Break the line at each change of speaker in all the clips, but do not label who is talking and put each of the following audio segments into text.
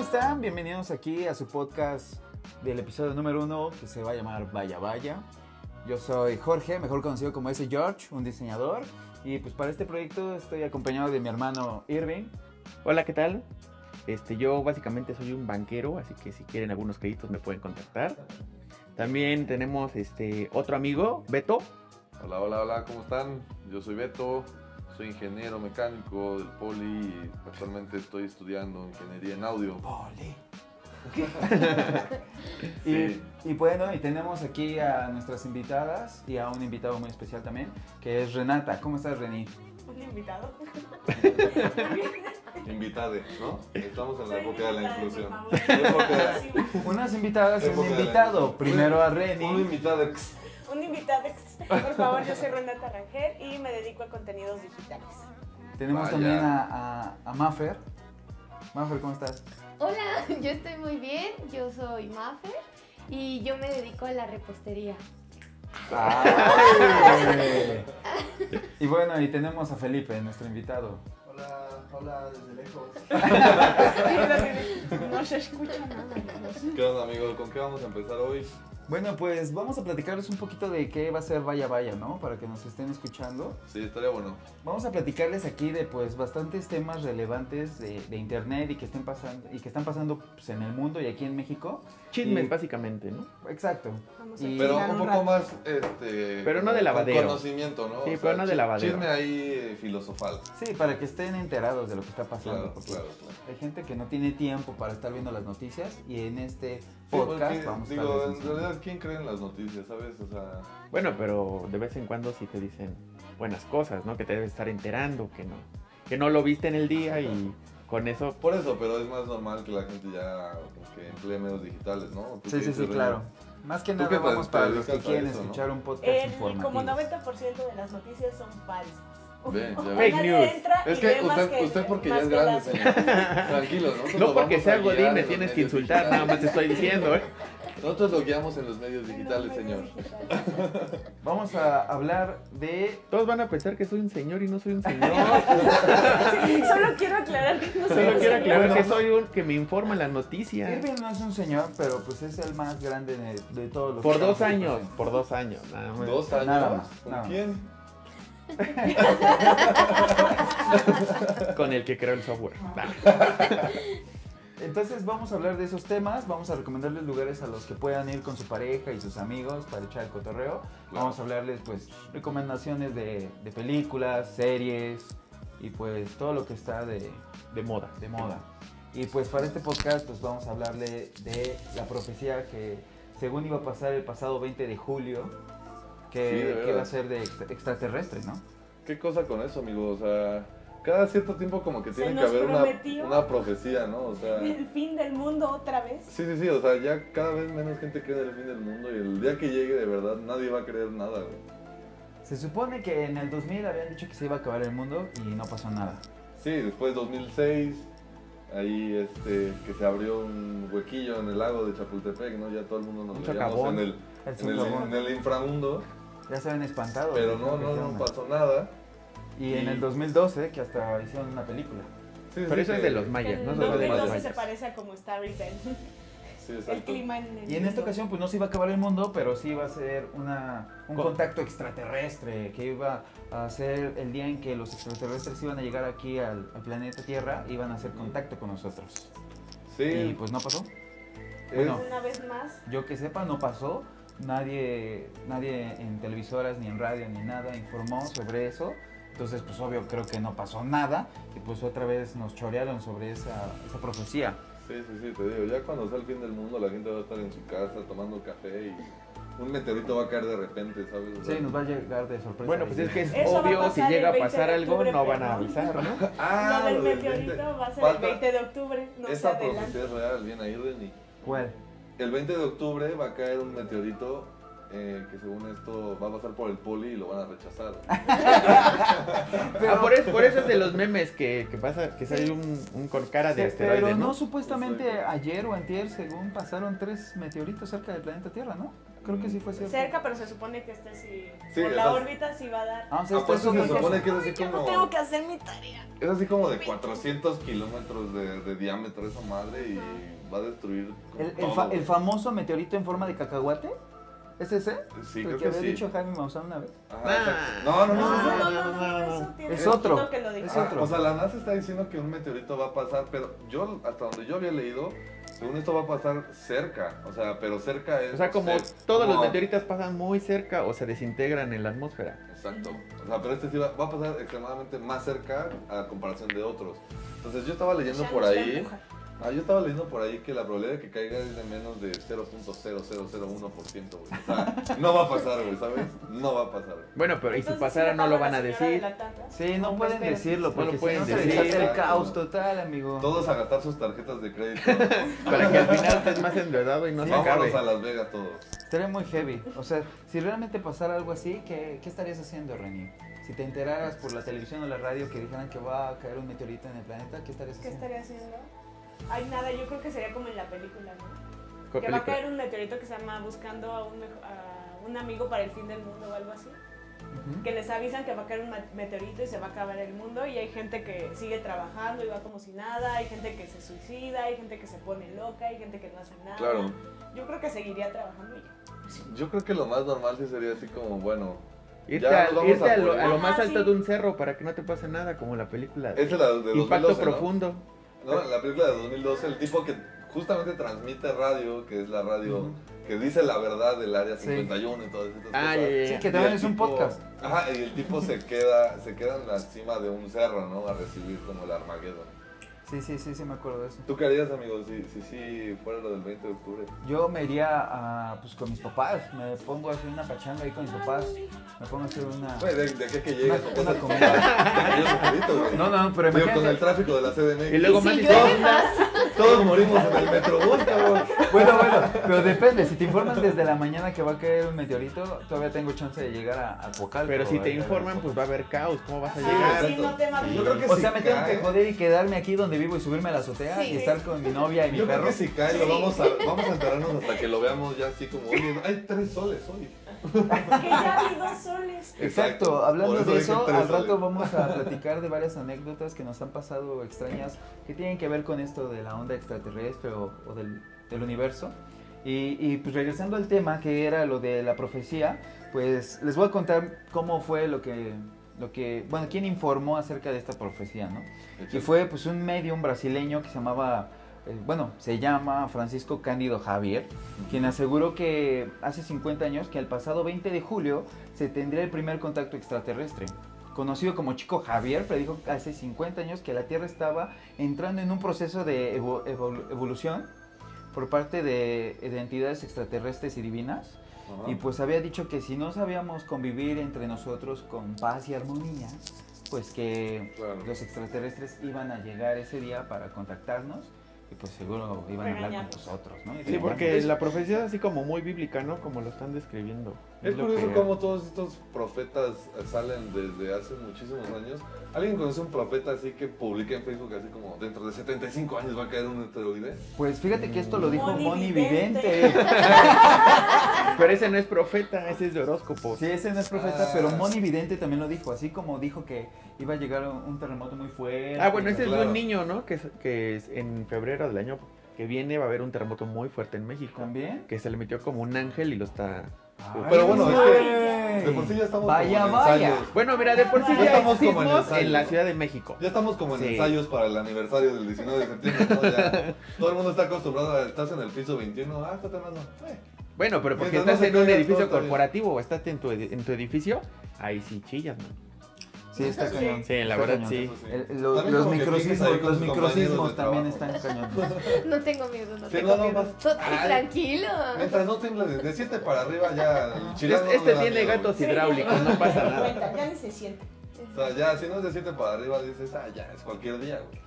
están? Bienvenidos aquí a su podcast del episodio número uno que se va a llamar Vaya Vaya. Yo soy Jorge, mejor conocido como ese George, un diseñador. Y pues para este proyecto estoy acompañado de mi hermano Irving.
Hola, ¿qué tal? Este, yo básicamente soy un banquero, así que si quieren algunos créditos me pueden contactar. También tenemos este otro amigo, Beto.
Hola, hola, hola, ¿cómo están? Yo soy Beto, soy ingeniero mecánico del Poli y actualmente estoy estudiando ingeniería en audio.
Poli.
Sí.
Y, y bueno, y tenemos aquí a nuestras invitadas y a un invitado muy especial también, que es Renata. ¿Cómo estás, Reni?
Un invitado.
Invitade, ¿no? Estamos en la
Soy
época de la
invitada,
inclusión.
por favor.
Época-
Sí,
Unas invitadas y un
época de la-
invitado. Primero a
Un
Reni.
invitado.
Un invitado, por favor, yo soy Renata Rangel y me dedico a contenidos digitales.
Tenemos
Vaya.
también a, a, a Maffer. Maffer, ¿cómo estás?
Hola, yo estoy muy bien, yo soy Mafer y yo me dedico a la repostería.
Ay. y bueno, y tenemos a Felipe, nuestro invitado.
Hola, hola desde lejos.
No se escucha.
¿Qué onda, amigo? ¿Con qué vamos a empezar hoy?
Bueno, pues vamos a platicarles un poquito de qué va a ser Vaya Vaya, ¿no? Para que nos estén escuchando.
Sí, estaría bueno.
Vamos a platicarles aquí de pues bastantes temas relevantes de, de internet y que estén pasando y que están pasando pues, en el mundo y aquí en México.
Chismes,
Y-
básicamente, ¿no?
Exacto.
Vamos
a Y-
Pero
chismear
un poco más, este...
Pero no de
con
lavadero.
Conocimiento, ¿no?
Sí, pero no de
chi-
lavadero.
Chisme ahí eh, filosofal.
Sí, para que estén enterados de lo que está pasando.
Claro,
porque
claro, claro.
Hay gente que no tiene tiempo para estar viendo las noticias y en este
Sí,
podcast
porque,
vamos a estar
Digo, en
desensibilizando.
realidad, ¿quién cree en las noticias, sabes? O sea...
Bueno, pero de vez en cuando sí te dicen buenas cosas, ¿no? Que te debes estar enterando, que no, que no lo viste en el día y con eso
Por eso, pero es más normal que la gente ya como que emplee medios digitales, ¿no? ¿Tú
Sí, sí,
qué
sí,
dices,
claro.
René?
Más que
¿Tú
nada
qué te
vamos para los que
dedicas a
quieren
eso, no?
escuchar un podcast
El,
informativo.
Eh, como 90% de las noticias son falsas.
Ve, ya ve.
Fake
Nadie
news.
entra y
Es que
ve más
usted, usted porque ya
más
es
que
grande,
las-
señor. Tranquilo, nosotros
pues, No
lo
porque
vamos
sea
a guiar
Godín
en
me
los
tienes que
medios
insultar, nada más te
digitales.
estoy diciendo, ¿eh?
Nosotros lo guiamos en los medios
en los
digitales,
medios
señor.
digitales.
Vamos a hablar de...
Todos van a pensar que soy un señor y no soy un señor.
pues,
Sí, Solo quiero aclarar que no soy
Solo quiero
señor.
aclarar que soy un que me informa las noticias.
Irving no es un señor, pero pues es el más grande de, de todos los...
Por
que
dos
estamos
años,
aquí
por dos años, nada más.
pues Dos años.
Nada más,
¿Con
nada más.
quién?
Con el que creó el software.
Ah.
Nah.
presentes. Entonces vamos a hablar de esos temas, vamos a recomendarles lugares a los que puedan ir con su pareja y sus amigos para echar el cotorreo. Vamos a hablarles pues recomendaciones de, de películas, series y pues todo lo que está de,
De moda.
de moda. Y pues para este podcast pues vamos a hablarle de la profecía que según iba a pasar el pasado 20 de julio,
Sí, de
que, que
veras.
iba a ser de extra- extraterrestre, ¿no?
¿Qué cosa con eso, amigo? O sea, cada cierto tiempo como que
Se
tiene que
nos
haber una,
prometió.
una profecía, ¿no? O sea...
El fin del mundo otra vez.
Sí, sí, sí, o sea, ya cada vez menos gente cree en el fin del mundo y el día que llegue de verdad nadie va a creer nada, güey.
Se supone que en el 2000 habían dicho que se iba a acabar el mundo y no pasó nada.
Sí, después 2006, ahí este, que se abrió un huequillo en el lago de Chapultepec, ¿no? Ya todo el mundo nos
Un
veíamos
socavón.
en el,
El
en, el,
socavón.
en el inframundo,
Ya se habían espantado.
pero
¿no?
no, no,
Dijeron,
no pasó nada.
Y en el 2012 que hasta hicieron una película.
Sí,
Pero
sí,
eso es
que-
de los mayas,
El
no
El
solo de los
2012
2012
se
mayas.
parece a como está ahorita el,
Sí,
el
exacto.
clima en el
Y en esta
mundo.
ocasión pues no se iba a acabar el mundo, pero sí iba a ser una, un
Co-
contacto extraterrestre, que iba a ser el día en que los extraterrestres iban a llegar aquí al, al planeta Tierra y iban a hacer contacto con nosotros.
Sí,
Y pues no pasó.
es-
bueno.
Una vez más,
Yo que sepa, no pasó. Nadie, nadie en televisoras, ni en radio, ni nada informó sobre eso. Entonces, pues obvio, creo que no pasó nada. Y pues otra vez nos chorearon sobre esa, esa profecía.
sí, sí, sí, te digo, ya cuando sea el fin del mundo la gente va a estar en su casa tomando café y un meteorito va a caer de repente, ¿sabes? O sea,
Sí, nos va a llegar de sorpresa.
Bueno, pues es que es
Eso va a
obvio, si
pasar
llega
el
a
20
pasar
de
algo,
octubre,
no van a
pero no.
avisar, ¿no?
Ah,
lo del
lo del 20.
meteorito va a ser
Falta-
el 20 de octubre. No se
Esa profecía
adelante.
es real, bien ahí, Denny.
¿Cuál?
El 20 de octubre va a caer un meteorito eh, que según esto va a pasar por el poli y lo van a rechazar.
Ah, por, eso, por eso es de los memes que, que pasa, que sale un, un con cara de asteroide,
Pero
¿no?
no, supuestamente
Exacto.
ayer o antier, según pasaron tres meteoritos cerca del planeta Tierra, ¿no? Creo que sí fue cierto.
Cerca, pero se supone que este sí.
Sí,
por
o
la
sea,
órbita sí va a dar.
Ah, o sea,
Ah, por
esto
eso
es
se
una-
supone que es así
Yo no
como,
tengo que hacer mi tarea.
es así como de 400 kilómetros de, de diámetro esa madre y va a destruir
el, el
todo.
fa- el famoso meteorito en forma de cacahuate. ¿Es ese?
Sí,
el
creo
que,
que
había
sí.
dicho Jaime Maussan una vez.
Ajá,
Nah.
exacto. No, no, no,
Ah,
no, no.
no, no, no,
no, no.
eso tiene
Es otro,
poquito que lo dijo.
es
Ah,
otro.
O sea, la NASA está diciendo que un meteorito va a pasar, pero yo, hasta donde yo había leído, según esto va a pasar cerca. O sea, pero cerca es.
O sea, como
no sé,
todos los
como-
meteoritas pasan muy cerca o se desintegran en la atmósfera.
Exacto. O sea, pero este sí va, va a pasar extremadamente más cerca a comparación de otros. Entonces, yo estaba leyendo
Ya
por
nos va a
ahí.
empujar.
Ah, yo estaba leyendo por ahí que la probabilidad de que caiga es de menos de 0.0001%, güey. O sea, no va a pasar, güey, ¿sabes? No va a pasar. güey.
Bueno, pero y si
Entonces,
pasara
¿sí
no
le
lo
pago a
van
la
a
señora de
decir.
la tanda?
Sí, no
No,
pueden
pues espérate.
decirlo,
No
porque
lo
si
pueden
no se
decir.
desata el
Exacto.
caos total, amigo.
Todos a gastar sus tarjetas de crédito.
Para que al final estés más enredado y no se acabe.
Vámonos a Las Vegas todos.
Estaría muy heavy. O sea, si realmente pasara algo así, ¿qué, qué estarías haciendo, Reni? Si te enteraras por la televisión o la radio que dijeran que va a caer un meteorito en el planeta, ¿qué estarías
¿Qué
haciendo?
estaría haciendo? Ay, nada, yo creo que sería como en la película, ¿no?
¿Cuál
Que va a
película?
caer un meteorito que se llama Buscando a un, mejo- a un amigo para el fin del mundo o algo así.
Ujú.
Que les avisan que va a caer un ma- meteorito y se va a acabar el mundo. Y hay gente que sigue trabajando y va como si nada. Hay gente que se suicida, hay gente que se pone loca, hay gente que no hace nada.
Claro.
Yo creo que seguiría trabajando y ya.
Yo creo que lo más normal sí sería así como, bueno,
Irte,
Ya
a,
nos vamos
irte
a
a lo,
morir.
a lo más
Ajá,
alto
sí.
de un cerro para que no te pase nada, como la película.
esa es la de 2012,
Impacto
¿no?
profundo.
No, en la película de 2012, el tipo que justamente transmite radio, que es la radio
Ujú.
que dice la verdad del área
Sí.
51 y todas estas
Ah,
cosas.
ya, ya,
Sí,
ya.
que
Y
también
el
es un
tipo-
podcast.
Ajá, y el tipo se queda, se queda en la cima de un cerro, ¿no? A recibir como el Armageddon.
Sí, sí, sí, sí, me acuerdo de eso.
¿Tú qué harías, amigo, si, si, si fuera lo del 20 de octubre?
Yo me iría a, pues, con mis papás. Me pongo a hacer una pachanga ahí con mis papás. Me pongo a hacer una.
Güey, de, de qué que llegas
Una-
con
una
cosas como...
comida.
No,
No, no, pero
con el
imagínate.
tráfico de la CDMX.
Y luego
Si
Manny
llueve
Dice,
más.
Todos morimos en el metrobús, cabrón.
Bueno, bueno, pero depende. Si te informan desde la mañana que va a caer un meteorito, todavía tengo chance de llegar a, a Coacalco, eh,
Pero si te
¿verdad?
informan, pues va a haber caos. ¿Cómo vas a
Ah,
Ajá.
llegar?
Ah, sí, no te mames.
Yo creo que
O
si
sea, me tengo
cae-
que joder y quedarme aquí donde vivo y subirme a la azotea
Sí.
y estar con mi novia y mi
Yo creo
perro.
que si cae, lo vamos a, vamos a enterarnos hasta que lo veamos ya así como, oye, hay tres soles hoy.
Que ya vi dos soles.
Exacto,
Por
hablando de
dije
eso,
tres
al rato
soles.
vamos a platicar de varias anécdotas que nos han pasado extrañas que tienen que ver con esto de la onda extraterrestre o, o del, del universo. Y, y, pues regresando al tema que era lo de la profecía, pues les voy a contar cómo fue lo que, lo que, bueno, quién informó acerca de esta profecía, ¿no? Y fue pues un medium brasileño que se llamaba, eh, bueno, se llama Francisco Cándido Javier, quien aseguró que hace 50 años, que el pasado 20 de julio, se tendría el primer contacto extraterrestre. Conocido como Chico Javier, predijo hace 50 años que la Tierra estaba entrando en un proceso de evo- evol- evolución por parte de, de entidades extraterrestres y divinas.
Ajá.
Y pues había dicho que si no sabíamos convivir entre nosotros con paz y armonía, pues que
Claro.
los extraterrestres iban a llegar ese día para contactarnos y pues seguro iban a hablar con
Regañarnos.
nosotros, ¿no?
Sí, porque la profecía es así como muy bíblica, ¿no? Como lo están describiendo.
Es
lo
curioso
que-
cómo todos estos profetas salen desde hace muchísimos años. ¿Alguien conoce un profeta así que publica en Facebook así como dentro de 75 años va a caer un asteroide?
Pues fíjate que esto lo dijo
Moni
Moni
Vidente.
Vidente.
Pero ese no es profeta, ese es de horóscopo.
Sí, ese no es profeta,
Ah.
pero Moni Vidente también lo dijo, así como dijo que iba a llegar un- un terremoto muy fuerte.
Ah, bueno, ese es de
Claro.
un niño, ¿no? Que, es- que es en febrero del año que viene va a haber un terremoto muy fuerte en México.
también.
Que se le metió como un ángel y lo está...
Pero bueno, es
güey.
De por sí ya estamos
Vaya,
como en
vaya.
ensayos.
Bueno, mira, de por sí
Ya
ya hay
estamos como en
sismos
ensayo,
en la
¿no?
Ciudad de México.
Ya estamos como en
Sí.
ensayos para el aniversario del 19 de septiembre, ¿no? Ya todo el mundo está acostumbrado a estás en el piso 21, ah, está temblando. Eh,
Bueno, pero porque
Mientras no
estás
se
en un
caiga
edificio
todo, está bien.
corporativo o estás en tu, edi- en tu edificio, ahí sí chillas, man.
Sí, está
Sí.
cañón.
Sí, la
Está
verdad
cañón.
sí.
eso sí.
El- lo-
También
los
como que finges ahí
microsismos, los
con tus compañeros de
microsismos también
trabajo.
están cañones.
No tengo miedo, no
Sí,
tengo
no, no,
miedo.
vas-
Todo
Ay.
tranquilo.
Mientras no tiemble de, 7 para arriba ya el
Este,
chilango no
este
le da
tiene
miedo,
gatos
Sí.
hidráulicos, no pasa nada.
Cuenta, Ya ni se siente.
güey. O sea, ya si no es de 7 para arriba dices, ah, ya es cualquier día, güey.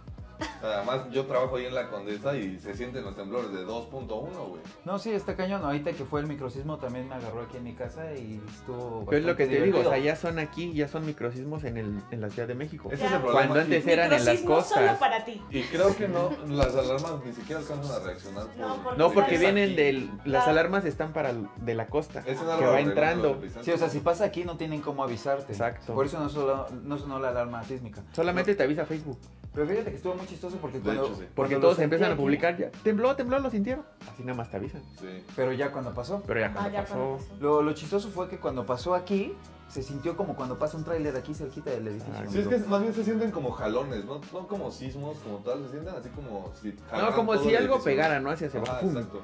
Además, yo trabajo ahí en la Condesa y se sienten los temblores de 2.1, güey.
No, sí, está cañón. Ahorita que fue el microcismo también me agarró aquí en mi casa y estuvo.
Pero es lo
bastante
que te digo, o
divertido.
sea, ya son aquí, ya son microsismos en, el, en la Ciudad de México.
Ese es el
Ya.
problema.
Cuando antes
Y-
eran en las
Microcismo solo
costas.
para ti.
Y creo que no, las alarmas ni siquiera alcanzan a reaccionar.
No,
por-
porque
No, porque
Es
vienen
aquí.
del. Las
Ah.
alarmas están para el- de la costa.
Es un
que
árbol
va
de-
entrando.
de- de-
Sí, o sea, si pasa aquí no tienen cómo avisarte.
Exacto.
Por eso no, solo, no sonó la alarma sísmica.
Solamente te avisa Facebook.
Pero fíjate que estuvo muy chistoso porque
De
cuando.
hecho, sí.
Porque
cuando
todos
lo
empiezan a
sentí
publicar ya. Tembló, tembló, lo sintieron. Así nada más te avisan.
Sí.
aquí, Pero ya cuando pasó.
Pero ya
Ah,
cuando
ya cuando
pasó.
pasó.
Lo, lo chistoso fue que cuando pasó aquí, se sintió como cuando pasa un tráiler aquí cerquita del edificio.
Ah,
Sí, es que más bien se sienten como jalones, no, no como sismos, como tal, se sienten así como si
No,
jalaran
como
todo
si
el
algo
edificio.
pegara, ¿no? Hacia abajo.
Ajá,
¡Pum!
exacto.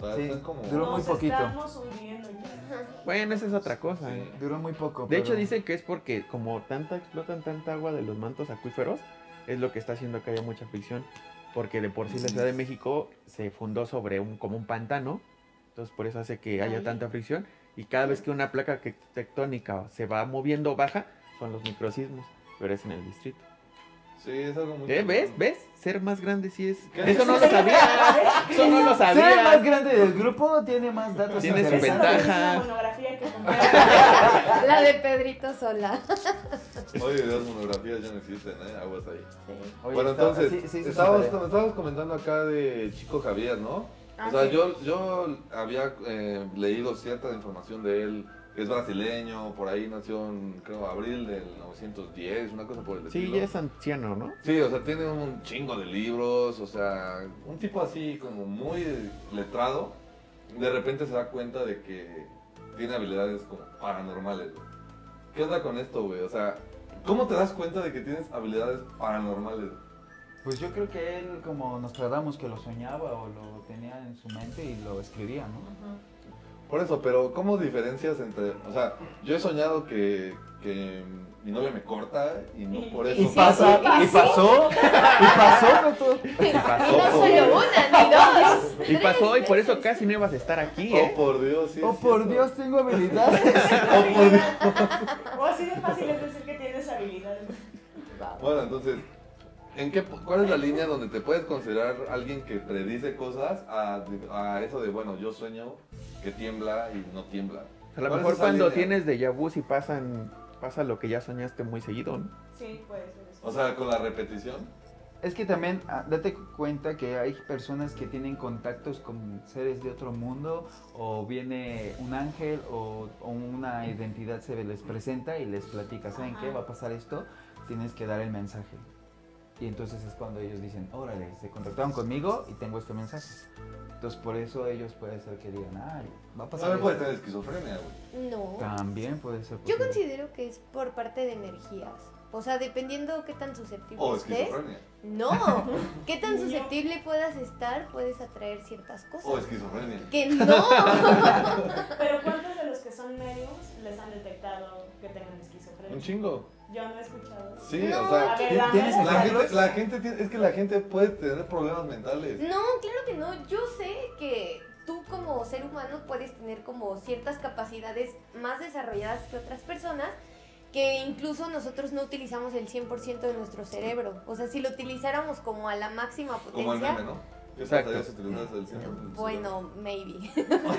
O sea,
Sí,
están como...
duró- Pero muy
Nos
poquito.
estamos hundiendo ya.
Bueno, esa es otra cosa.
Sí.
¿eh?
Duró muy poco.
De
pero-
hecho, dicen que es porque, como tanta explotan tanta agua de los mantos acuíferos, es lo que está haciendo que haya mucha fricción. Porque de por sí la Ciudad de México se fundó sobre un, como un pantano. Entonces, por eso hace que haya
Ay.
tanta fricción. Y cada vez que una placa que- tectónica se va moviendo o baja, son los microsismos. Pero es en el distrito.
Sí, es algo muy...
¿Eh? ¿Ves? ¿Ves? Ser más grande sí es.
¿Qué?
Eso no lo sabía. Eso no lo
Ser el más
sabía.
grande del grupo tiene más datos
Tiene su
Esa
interesantes.
ventaja.
es una monografía que compré.
La de Pedrito Sola.
Oye, las monografías ya no existen, ¿eh? Aguas ahí.
Oye,
bueno,
está-
entonces,
sí- sí hizo su
estábamos,
tarea.
estábamos comentando acá de Chico Javier, ¿no?
Ah,
o sea,
sí.
yo, yo había eh, leído cierta información de él. Es brasileño, por ahí nació en, creo, abril del 910, una cosa por el
Sí,
estilo.
ya es anciano, ¿no?
Sí, o sea, tiene un chingo de libros, o sea, un tipo así como muy letrado, de repente se da cuenta de que tiene habilidades como paranormales. güey. ¿Qué onda con esto, güey? O sea, ¿cómo te das cuenta de que tienes habilidades paranormales?
Pues yo creo que él, como Nostradamus, que lo soñaba o lo tenía en su mente y lo escribía, ¿no?
Por eso, pero ¿cómo diferencias entre, o sea, yo he soñado que, que mi novia me corta y no por eso
Y pasa, y pasó, y pasó, no todo.
Y no
pasó.
solo una, ni dos.
Y pasó, y por eso casi no ibas a estar aquí, ¿eh?
Oh, por Dios, sí. es
Oh, por
cierto.
Dios, tengo habilidades.
Oh, por Dios.
O así de fácil es decir que tienes habilidades.
Bueno, entonces, ¿en qué, pu- ¿cuál es la línea donde te puedes considerar alguien que predice cosas a, a eso de, bueno, yo sueño que tiembla y no tiembla?
A lo
¿Cuál es
mejor
esa
cuando
línea?
tienes de vu si pasan pasa lo que ya soñaste muy seguido, ¿no?
Sí, puede ser eso.
O sea, con la repetición.
Es que también ah, date cuenta que hay personas que tienen contactos con seres de otro mundo o viene un ángel o, o una identidad se les presenta y les platica, ¿saben qué? Va a pasar esto, tienes que dar el mensaje. Y entonces es cuando ellos dicen, órale, se contactaron conmigo y tengo este mensaje. Entonces por eso ellos puede ser que digan, ay, va a pasar
También puede
esto".
tener esquizofrenia, güey.
No.
También puede ser.
Yo
posible.
considero que es por parte de energías. O sea, dependiendo qué tan susceptible
O
estés.
Oh, esquizofrenia.
No. Qué tan
Niño.
susceptible puedas estar, puedes atraer ciertas
O
cosas.
esquizofrenia.
Que no.
Pero ¿cuántos de los que son medios les han detectado que tengan
Un
esquizofrenia?
chingo.
Yo no he escuchado.
Sí,
No,
o sea,
A ver,
¿Tien-
dame
tienes
esa
la gente,
luz.
la gente tiene- es que la gente puede tener problemas mentales.
No, claro que no. Yo sé que tú como ser humano puedes tener como ciertas capacidades más desarrolladas que otras personas que incluso nosotros no utilizamos el 100% de nuestro cerebro. O sea, si lo utilizáramos como a la máxima
Como el meme,
potencia,
¿no?
Exacto.
Exacto. el síndrome?
bueno, maybe.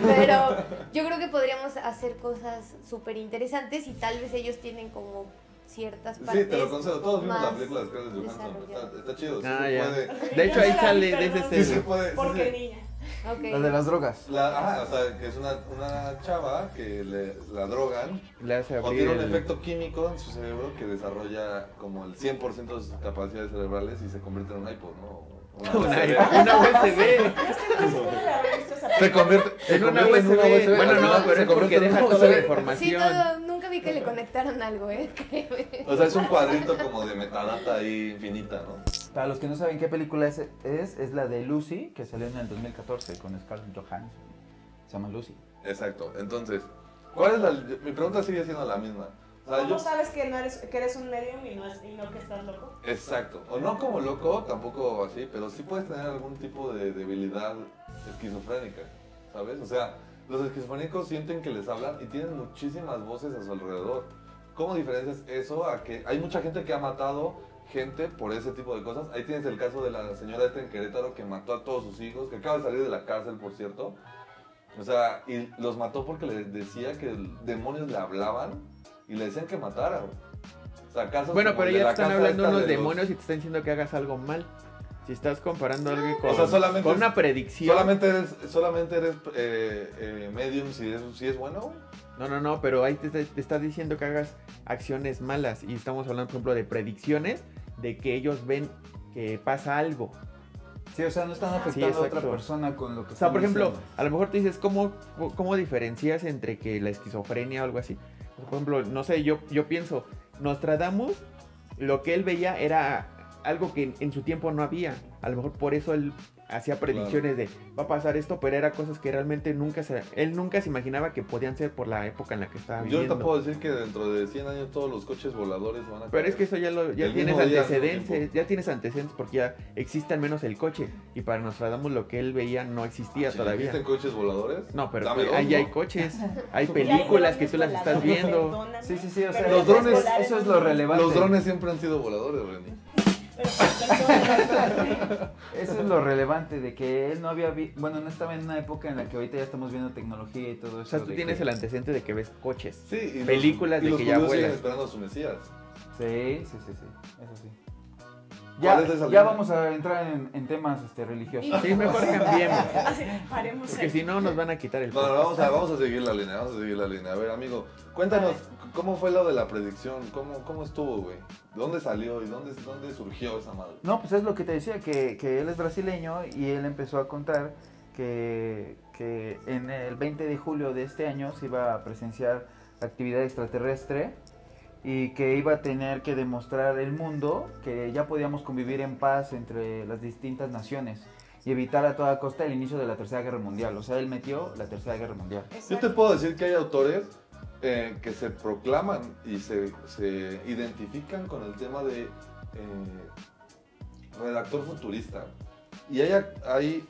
Pero yo creo que podríamos hacer cosas súper interesantes y tal vez ellos tienen como ciertas
Sí,
partes.
te lo concedo. Todos vimos la
más
película de las caras de Johansson. Está, está chido. sí
Ah,
se
ya.
puede-
De hecho, ahí sale de ese
Sí,
Sí.
se puede. sí
Porque
se-
niña.
La de
Ok.
las drogas.
La, ajá, o sea, que es una, una chava que le, la drogan
Le hace
o
abrir
tiene un
el-
efecto químico en su cerebro que desarrolla como el 100% de sus capacidades cerebrales y se convierte en un iPod, ¿no? Una
una,
USB.
una USB.
Yo estoy muy segura de haber visto esa
Se
película.
convierte se
En una
convierte en
USB.
USB,
Bueno,
al final
no, pero
se
es porque
convierte en
deja
una
toda la
USB.
Sí,
información.
todo, nunca vi que le conectaron algo, ¿eh?
O sea, es un cuadrito como de metadata ahí infinita, ¿no?
Para los que no saben qué película es, es, es la de Lucy, que salió en el 2014 con Scarlett Johansson. Se llama Lucy.
Exacto. Entonces, ¿cuál es la...? Mi pregunta sigue siendo la misma. O sea,
¿Cómo
yo...
sabes que, no eres, que eres un medium y no, es- y no que estás loco?
Exacto. O no como loco, tampoco así, pero sí puedes tener algún tipo de debilidad esquizofrénica, ¿sabes? O sea, los esquizofrénicos sienten que les hablan y tienen muchísimas voces a su alrededor. ¿Cómo diferencias eso a que hay mucha gente que ha matado, gente por ese tipo de cosas. Ahí tienes el caso de la señora esta en Querétaro que mató a todos sus hijos, que acaba de salir de la cárcel, por cierto. O sea, y los mató porque les decía que demonios le hablaban y le decían que matara. güey. O sea, casos
Bueno,
como
pero
el
ya
de
te
la
están
casa
hablando
esta
unos
de los-
demonios y te están diciendo que hagas algo mal. Si estás comparando algo con,
O sea, solamente
con
es-
una predicción.
Solamente eres, solamente eres eh, eh, medium si es, si es bueno. güey.
No, no, no, pero ahí te, está- te está diciendo que hagas acciones malas. Y estamos hablando, por ejemplo, de predicciones de que ellos ven que pasa algo.
Sí, o sea, no están
Sí,
afectando a otra
Ah, exacto.
persona con lo que
O
Pues,
sea,
están
por ejemplo,
diciendo.
a lo mejor te dices, ¿cómo, cómo diferencias entre que la esquizofrenia o algo así? Pues, Por ejemplo, no sé, yo, yo pienso, Nostradamus, lo que él veía era algo que en, en su tiempo no había. A lo mejor por eso él hacía predicciones de, va a pasar esto, pero era cosas que realmente nunca se... Él nunca se imaginaba que podían ser por la época en la que estaba
Yo
viviendo.
ahorita puedo decir que dentro de 100 años todos los coches voladores van a
Pero es
caer.
que eso ya lo ya
El
tienes
mismo día, al mismo
antecedentes,
tiempo.
ya tienes antecedentes porque ya existe al menos el coche y para Nostradamus lo que él veía no existía
Si
todavía.
¿Existen coches voladores?
No, pero
Dame
pues,
dos,
ahí
¿no?
hay coches, hay
Y hay
películas que
drones
tú las estás
voladores,
viendo.
perdóname,
Sí, sí, sí, o sea,
pero
los
los
drones,
voladores
eso es
no-
lo relevante.
Los drones siempre han sido voladores, Brenny.
pero perdóname.
Eso es lo relevante de que él no había vi- bueno, no estaba en una época en la que ahorita ya estamos viendo tecnología y todo eso.
O sea, tú
de
tienes
que-
el antecedente de que ves coches.
Sí, y los-
Películas
y
de
los
que ya
judíos siguen
vuelan.
esperando a su Mesías.
Sí, sí, sí, sí, eso sí.
¿Cuál
Ya,
es esa
ya
línea?
vamos a entrar en, en temas este, religiosos.
Sí, mejor cambiemos.
Así, paremos
Porque
ahí.
si no, nos van a quitar el
No, no,
podcast.
vamos a, vamos a seguir la línea, vamos a seguir la línea. A ver, amigo, cuéntanos, c- ¿cómo fue lo de la predicción? ¿Cómo, cómo estuvo, güey? ¿De dónde salió y dónde, dónde surgió esa madre?
No, pues es lo que te decía, que, que él es brasileño y él empezó a contar que, que en el 20 de julio de este año se iba a presenciar actividad extraterrestre y que iba a tener que demostrar el mundo que ya podíamos convivir en paz entre las distintas naciones y evitar a toda costa el inicio de la Tercera Guerra Mundial. O sea, él metió la Tercera Guerra Mundial.
Yo te puedo decir que hay autores eh, que se proclaman y se, se identifican con el tema de eh, redactor futurista. Y hay, ac- hay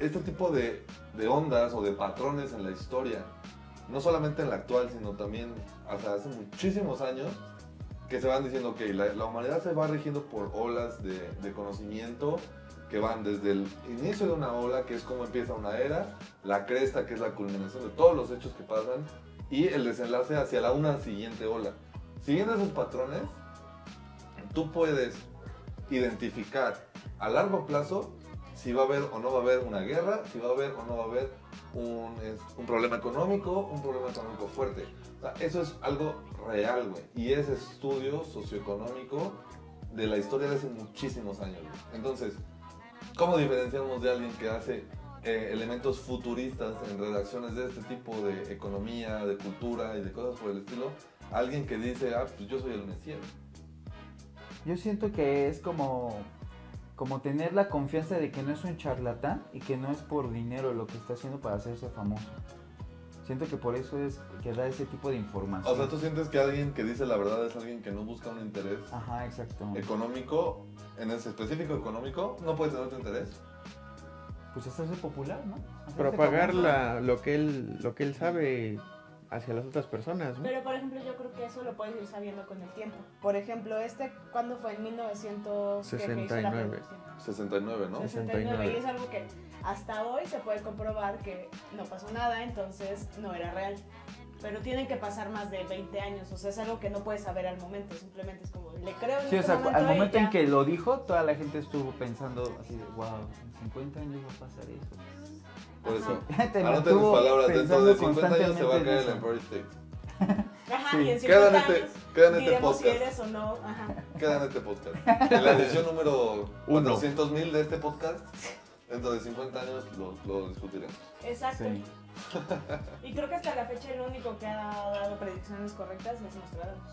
este tipo de, de ondas o de patrones en la historia, no solamente en la actual, sino también hasta hace muchísimos años, que se van diciendo que la, la humanidad se va rigiendo por olas de, de conocimiento que van desde el inicio de una ola, que es como empieza una era, la cresta, que es la culminación de todos los hechos que pasan, y el desenlace hacia la una siguiente ola. Siguiendo esos patrones, tú puedes identificar a largo plazo si va a haber o no va a haber una guerra, si va a haber o no va a haber un, es- un problema económico, un problema económico fuerte. O sea, eso es algo real, güey. Y es estudio socioeconómico de la historia de hace muchísimos años. güey. Entonces, ¿cómo diferenciamos de alguien que hace eh, elementos futuristas en redacciones de este tipo de economía, de cultura y de cosas por el estilo? Alguien que dice, ah, pues yo soy el Mesías.
Yo siento que es como, como tener la confianza de que no es un charlatán y que no es por dinero lo que está haciendo para hacerse famoso. Siento que por eso es que da ese tipo de información.
O sea, ¿tú sientes que alguien que dice la verdad es alguien que no busca un interés
Ajá, exacto.
económico, en ese específico económico, no puede tener otro interés?
Pues hacerse popular, ¿no? Hacerse
Propagar
famoso.
la- lo, que él, lo que él sabe hacia las otras
¿Mm?
personas. ¿no?
Pero por ejemplo, yo creo que eso lo puedes ir sabiendo con el tiempo. Por ejemplo, este, ¿cuándo fue? En 1900 que- que hizo la
69.
producción.
69, ¿no?
69. Y es algo que hasta hoy se puede comprobar que no pasó nada, entonces no era real. Pero tienen que pasar más de 20 años, o sea, es algo que no puedes saber al momento, simplemente es como, le creo en
Sí, o
este
sea,
momento
al
y
momento
ya.
en que lo dijo, toda la gente estuvo pensando así, de, wow, en 50 años va a pasar eso.
Por
Ajá.
eso.
Te
Anoten mis
mantuvo
palabras, dentro de
pensando
50 años se va a
constantemente en
caer el
eso.
Empire State.
Ajá,
Sí.
y
Queda en
en 50
este,
años
queda en este
diremos si
podcast.
eres o no. Ajá.
Queda en este podcast. En la edición número
Uno.
400.000 de este podcast, dentro de 50 años lo, lo discutiremos.
Exacto.
Sí.
Y creo que hasta la fecha el único que ha dado predicciones correctas es Nostradamus.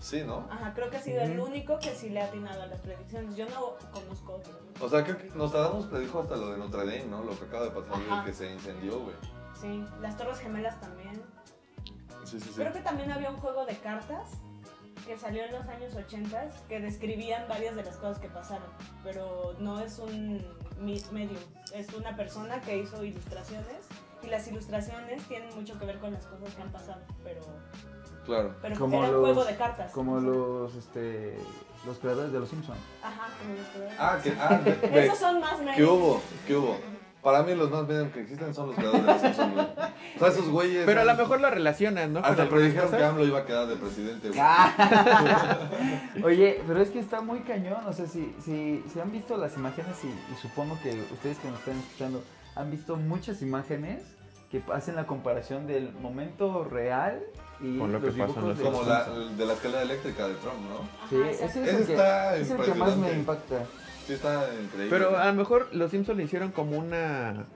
Sí, ¿no?
Ajá, creo que ha sido el
Ujú.
único que sí le ha atinado a las predicciones. Yo no conozco otro.
O sea, que Nostradamus predijo hasta lo de Notre Dame, ¿no? Lo que acaba de pasar,
Ajá.
que se incendió, güey.
Sí, las Torres Gemelas también.
Sí, sí, sí.
Creo que también había un juego de cartas que salió en los años 80 que describían varias de las cosas que pasaron, pero no es un mi- medium, es una persona que hizo ilustraciones y las ilustraciones tienen mucho que ver con las cosas que han pasado, pero
Claro.
Pero
Como
era
los-
un juego de cartas.
Como los, este, los creadores de los Simpsons.
Ajá, como los colores.
Ah, que, ah, ve- ve,
Esos son más
¿qué
nerds.
hubo? ¿Qué hubo? Para mí los más medium que existen son los creadores de los Simpsons, güey. O sea, esos güeyes...
Pero a lo mejor lo relacionan, ¿no?
Hasta
Con algunas
predijeron que
cosas.
AMLO iba a quedar de presidente, güey.
Ah. Oye, pero es que está muy cañón. O sea, si, si, si han visto las imágenes y, y supongo que ustedes que nos están escuchando han visto muchas imágenes que hacen la comparación del momento real y
Con lo que
los
pasó en
dibujos
los
de
Como
los
la,
Simpsons.
el de la escalera eléctrica de Trump, ¿no?
Ajá,
Sí,
exacto.
ese es
Ese
el que,
está
es el que más me
impresionante.
impacta.
Sí está increíble.
Pero a lo mejor los Simpsons le hicieron como una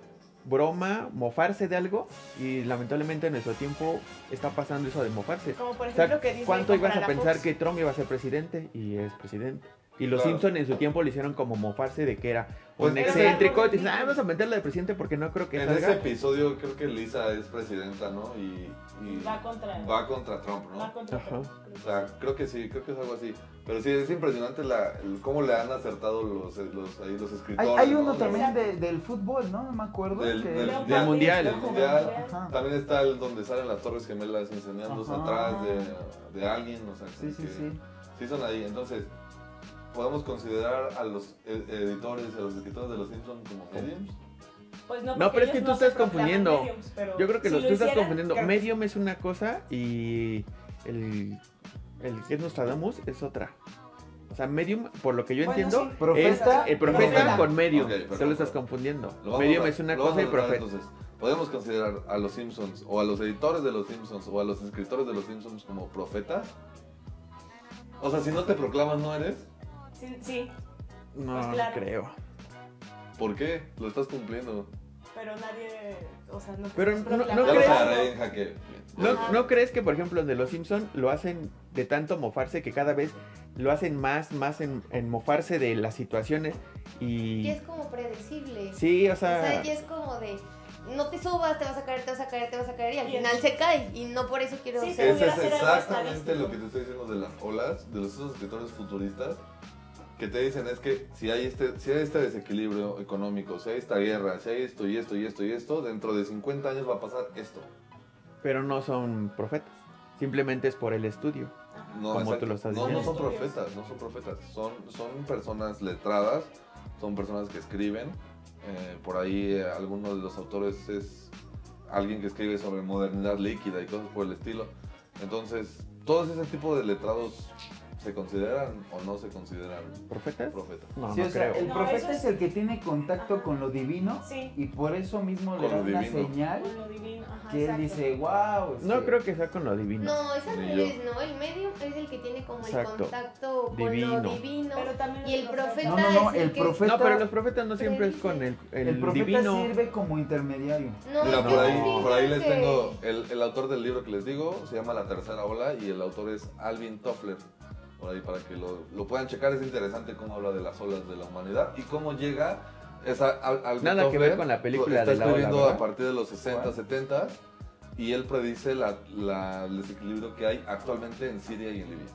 broma, mofarse de algo, y lamentablemente en nuestro tiempo está pasando eso de mofarse.
Como por
O sea,
ejemplo que Disney
¿cuánto ibas
comprara
a pensar
Fox?
que Trump iba a ser presidente? Y es presidente. Y los
Claro.
Simpson en su tiempo le hicieron como mofarse de que era
Pues
un
era
excéntrico.
algo
y dicen, ah,
difícil.
vamos a meterle de presidente porque no creo que
en
salga.
ese episodio creo que Lisa es presidenta, ¿no? Y, y
Va contra.
va contra Trump, ¿no?
va contra.
Ajá.
O sea, creo que sí, creo que es algo así. Pero sí, es impresionante la, el- cómo le han acertado los, eh, los, ahí los
Hay,
escritores.
hay
¿no?
uno
Los-
también de- del fútbol, ¿no? No me acuerdo.
Del-
que-
del-
Creo que
del
sí,
mundial.
creo que
Mundial.
Ajá.
También está el donde salen las torres gemelas incendiándose
Ajá.
atrás de, de alguien, o sea,
Sí,
como
sí,
que
sí.
sí son ahí. Entonces, podemos considerar a los e- editores, a los escritores de los Simpsons como mediums.
Pues no,
No,
porque
pero es que
ellos
tú
no se
estás
proclaman
confundiendo.
mediums, pero
Yo creo que
si
los,
lo
tú estás
hicieran,
confundiendo.
creo-
Medium es una cosa y el, el que es Nostradamus es otra. O sea, Medium, por lo que yo
Bueno,
entiendo,
sí.
Profeta.
es el profeta,
Profeta.
con Medium.
Ok, perfecto.
Solo estás confundiendo.
Lo vamos
medium
a-
es una
lo vamos
cosa
a
y
tratar,
profeta.
Entonces, podemos considerar a los Simpsons o a los editores de los Simpsons o a los escritores de los Simpsons como profetas. O sea, si no te proclamas no eres,
Sí, sí,
No,
Pues
no
claro.
creo.
¿por qué? Lo estás cumpliendo.
pero nadie. O sea, no.
Pero
estás
no- no
proclamando.
ya los
crees?
agarré en jaque.
¿No,
Ajá.
¿No crees que, por ejemplo, en de los Simpson lo hacen de tanto mofarse que cada vez lo hacen más, más en, en mofarse de las situaciones y...
Y es como predecible.
Sí, o
O sea,
sea...
ya es como de. No te subas, te vas a caer, te vas a caer, te vas a caer y al
Y el-
final se cae. Y no por eso quiero
Sí,
ser.
Eso
pudiera
es
ser algo
exactamente
estadístico.
lo que te estoy diciendo de las olas, de los esos escritores futuristas, que te dicen es que si hay, este, si hay este desequilibrio económico, si hay esta guerra, si hay esto y esto y esto y esto, dentro de 50 años va a pasar esto.
Pero no son profetas. Simplemente es por el estudio.
Ajá.
No,
Como tú
exacto.
lo estás
no, no
diciendo.
son profetas, no son profetas, son, son personas letradas, son personas que escriben. eh, por ahí eh, alguno de los autores es alguien que escribe sobre modernidad líquida y cosas por el estilo. Entonces, todos ese tipo de letrados se consideran o no se consideran
¿Profetas?
profetas.
No,
Sí,
no
o sea,
creo.
el
No,
profeta
eso
es
sí.
el que tiene contacto con lo divino
Sí,
y por eso mismo le
Con
da
lo
una
divino.
señal
con lo divino. Ajá,
que él
exacto.
dice, este, wow.
No creo que sea con lo divino.
No, es al
Ni
revés, ¿no? El medium es el que tiene como
Exacto.
el contacto con
Divino.
lo divino.
Pero también
Y el profeta
No, no, pues no,
es el,
el
que-
profeta-
No, pero los profetas no siempre es con el, el,
El profeta
divino.
sirve como intermediario.
No,
Mira,
yo
por ahí,
sí
por ahí
creo
les
que-
tengo el, el autor del libro que les digo, se llama La Tercera Ola y el autor es Alvin Toffler. Por ahí para que lo, lo puedan checar, es interesante cómo habla de las olas de la humanidad y cómo llega esa Al- Alvin
Nada que
Toffler,
ver con la película
está
de la ola,
escribiendo
¿verdad?
a partir de los 60, 70 y él predice la, la- el desequilibrio que hay actualmente en Siria y en Libia.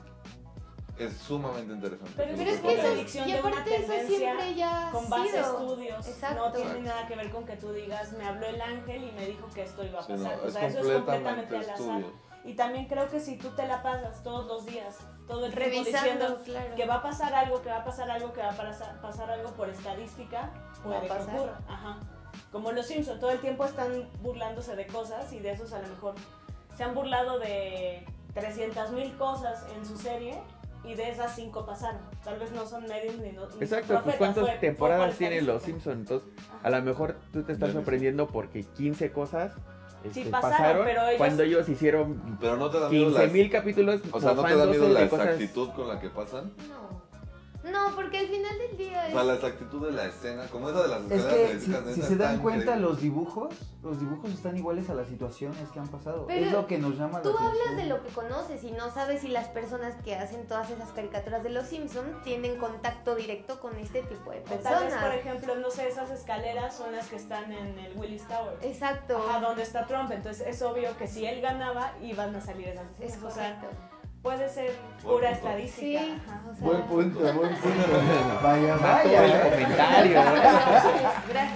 Es sumamente interesante.
Pero
Pero es
Porque
que
Una
eso,
predicción
y
de una
aparte eso
tendencia
siempre ya ha
Con base a
sido.
estudios.
Exacto.
No tiene
Exacto.
nada que ver con que tú digas, me habló el ángel y me dijo que esto iba a
Sí, no,
pasar. o
es
sea, eso es completamente
completamente
al azar.
estudio.
Y también creo que si tú te la pasas todos los días, todo el tiempo diciendo
Revisando, claro.
que va a pasar algo, que va a pasar algo, que va a pasar, pasar algo por estadística,
Va a
puede que
pasar.
ocurra. Ajá. Como los Simpson, todo el tiempo están burlándose de cosas y de esos a lo mejor se han burlado de 300.000 cosas en su serie y de esas cinco pasaron. Tal vez no son medios ni, no, ni
Exacto, pues
profetas, fue-
¿cuántas
fue
temporadas
por
tienen los
estadística.
Simpsons? Entonces, a lo mejor tú te estás
Ya no sé.
sorprendiendo porque 15 cosas este,
pasaron, pero ellos-
cuando ellos hicieron
Pero no te da miedo la,
15 mil capítulos.
o sea, no te da miedo
mofándose
la
de cosas-
exactitud con la que pasan.
No. No, porque al final del día
O
es.
sea, la exactitud de la escena, como esa de las
Es
escenas
que si, si se dan cuenta los dibujos, los dibujos están iguales a las situaciones que han pasado.
Pero
es lo que nos llama la
Tú
atención.
hablas de lo que conoces y no sabes si las personas que hacen todas esas caricaturas de los Simpsons tienen contacto directo con este tipo de
O Tal vez, por
personas.
ejemplo, no sé, esas escaleras son las que están en el Willis Tower.
Exacto.
a donde está Trump. Entonces es obvio que si él ganaba, iban a salir esas
Es
escenas. O sea,
correcto.
puede ser
Buen
pura
punto.
estadística.
Sí,
Ajá.
o sea,
Buen punto, buen punto. vaya,
Va todo el
vaya. ¿eh?
comentario. ¿eh?
Gracias.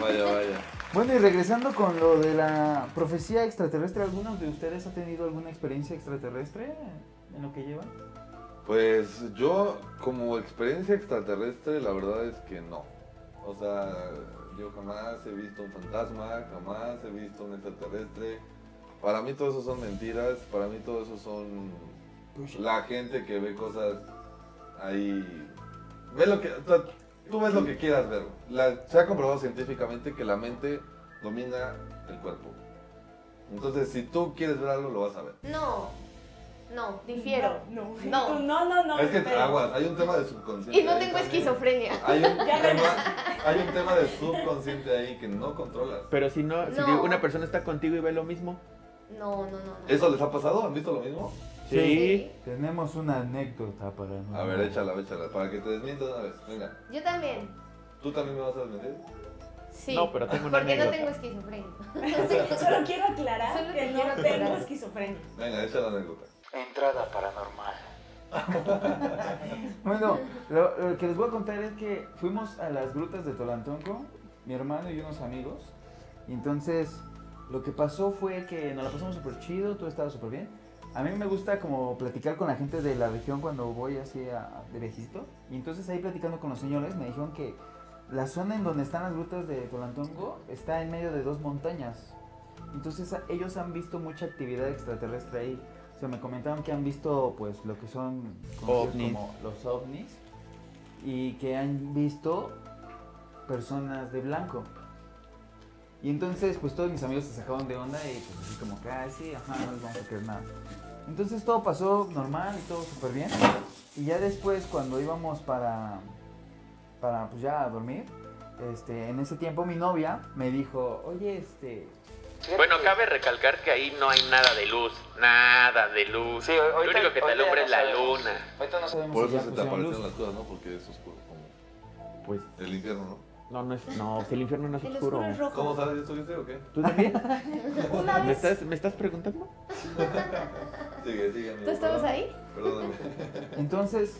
Vaya, vaya.
Bueno, y regresando con lo de la profecía extraterrestre, ¿algunos de ustedes ha tenido alguna experiencia extraterrestre en lo que llevan?
Pues yo, como experiencia extraterrestre, la verdad es que no. O sea, yo jamás he visto un fantasma, jamás he visto un extraterrestre. Para mí todo eso son mentiras, para mí todo eso son la gente que ve cosas ahí. Ve lo que, o sea, tú ves lo que quieras ver. La- se ha comprobado científicamente que la mente domina el cuerpo. Entonces, si tú quieres ver algo, lo vas a ver.
No, no, difiero.
No,
No.
no, no. no, no
es que
pero-
aguas, hay un tema de subconsciente.
Y no
ahí
tengo
también.
esquizofrenia.
Hay un,
Ya
tema, hay un tema de subconsciente ahí que no controlas.
Pero si no, si
No.
una persona está contigo y ve lo mismo.
No, no, no. no.
¿Eso les ha pasado? ¿Han visto lo mismo?
Sí.
Tenemos una anécdota para nosotros.
A ver, échala, échala, para que te desmientas una vez. Venga,
Yo también.
¿tú también me vas a desmentir?
Sí.
No, pero tengo una
Porque no
anécdota.
tengo esquizofrenia.
Solo quiero aclarar
Solo
que
te
no
quiero
tengo
aclarar.
esquizofrenia.
Venga, echa la anécdota.
Entrada paranormal. bueno, lo, lo que les voy a contar es que fuimos a las grutas de Tolantonco, mi hermano y unos amigos. Y entonces, lo que pasó fue que nos la pasamos súper chido, todo estaba súper bien. A mí me gusta como platicar con la gente de la región cuando voy así a, de viejito. Y entonces ahí platicando con los señores me dijeron que la zona en donde están las grutas de Tolantongo está en medio de dos montañas. Entonces a- ellos han visto mucha actividad extraterrestre ahí. O sea, me comentaron que han visto pues lo que son conocidos
Ovnis.
como los ovnis y que han visto personas de blanco. Y entonces pues todos mis amigos se sacaban de onda y pues así como que, "Ah, sí, ajá, no les vamos a creer nada. Entonces todo pasó normal y todo súper bien. Y ya después cuando íbamos para, para pues ya a dormir, este, en ese tiempo mi novia me dijo, oye, este... fíjate
Bueno,
que-
cabe recalcar que ahí no hay nada de luz, nada de luz.
Sí, ahorita-
Lo único que te
ahorita
alumbra
ya
es la
sabemos.
luna.
Ahorita no sabemos si
Por eso
ya
se te
pusieron
aparecen
Pues, luz.
las cosas, ¿no? Porque es oscuro, como
Pues
el infierno,
no, no es. No, si el infierno no es
El
oscuro.
oscuro es
¿no?
rojo.
¿Cómo sabes? ¿Ya estuviste o qué?
¿Tú también?
Una
¿Me
vez.
estás, ¿Me estás preguntando?
Sigue, sigue, amigo.
¿Tú estabas
perdón.
ahí?
Perdóname.
Entonces,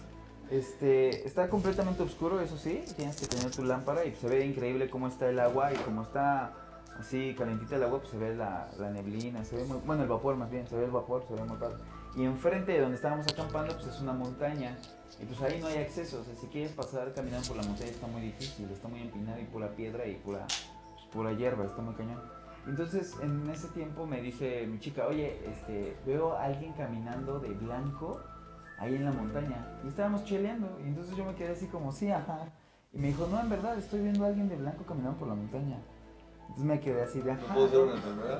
este, está completamente oscuro, eso sí, tienes que tener tu lámpara y se ve increíble cómo está el agua y cómo está así calentita el agua, pues se ve la, la neblina, se ve muy, bueno, el vapor más bien, se ve el vapor, se ve muy padre. Y enfrente de donde estábamos acampando, pues es una montaña y pues ahí no hay acceso, o sea, si quieres pasar caminando por la montaña está muy difícil, está muy empinado y pura piedra y pura, pues, pura hierba, está muy cañón. Entonces, en ese tiempo me dice mi chica, oye, este, veo a alguien caminando de blanco ahí en la montaña. Y estábamos cheleando. Y entonces yo me quedé así como, sí, ajá. Y me dijo, no, en verdad, estoy viendo a alguien de blanco caminando por la montaña. Entonces me quedé así de,
¿No
ajá.
puedo ser una enfermedad?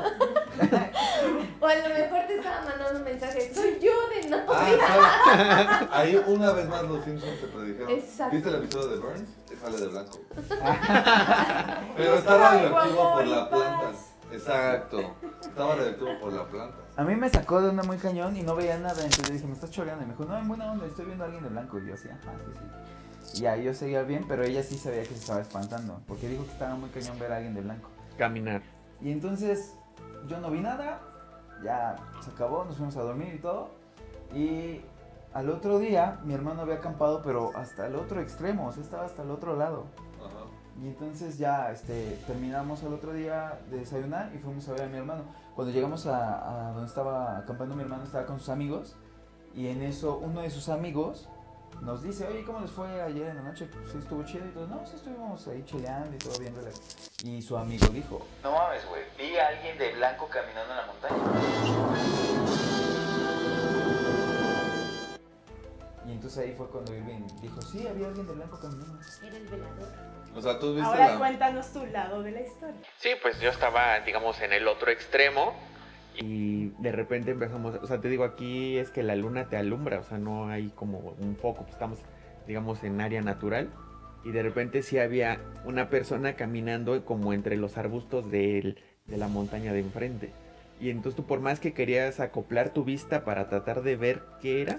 O a lo mejor te estaba mandando un mensaje. Soy yo de no.
Ah, ¿sabes? Ahí una vez más los Simpsons se predijeron.
Exacto.
¿Viste el episodio de Burns? Sale de blanco. Pero estaba radioactivo por la planta. Exacto. Estaba radioactivo por la planta.
A mí me sacó de onda muy cañón y no veía nada. Entonces le dije, me estás choreando. Y me dijo, no, en buena onda, estoy viendo a alguien de blanco. Y yo así, ajá, sí, sí. Y ahí yo seguía bien, pero ella sí sabía que se estaba espantando. Porque dijo que estaba muy cañón ver a alguien de blanco.
Caminar.
Y entonces yo no vi nada, ya se acabó, nos fuimos a dormir y todo. Y al otro día mi hermano había acampado, pero hasta el otro extremo, o sea, estaba hasta el otro lado.
Ajá.
Y entonces ya este, terminamos al otro día de desayunar y fuimos a ver a mi hermano. Cuando llegamos a, a donde estaba acampando mi hermano, estaba con sus amigos. Y en eso uno de sus amigos nos dice, oye, ¿cómo les fue ayer en la noche? Pues, Sí, estuvo chido. Y todos, no, sí estuvimos ahí cheleando y todo bien relax". Y su amigo dijo, no mames, güey, vi a alguien de blanco caminando en la montaña. Y entonces ahí fue cuando Irving dijo, sí, había alguien de blanco caminando.
Era el velador.
O sea, tú viste
Ahora
la.
cuéntanos tu lado de la historia.
Sí, pues yo estaba, digamos, en el otro extremo.
Y de repente empezamos, o sea, te digo, aquí es que la luna te alumbra, o sea, no hay como un foco, pues estamos, digamos, en área natural. Y de repente sí había una persona caminando como entre los arbustos del- de la montaña de enfrente. Y entonces tú por más que querías acoplar tu vista para tratar de ver qué era,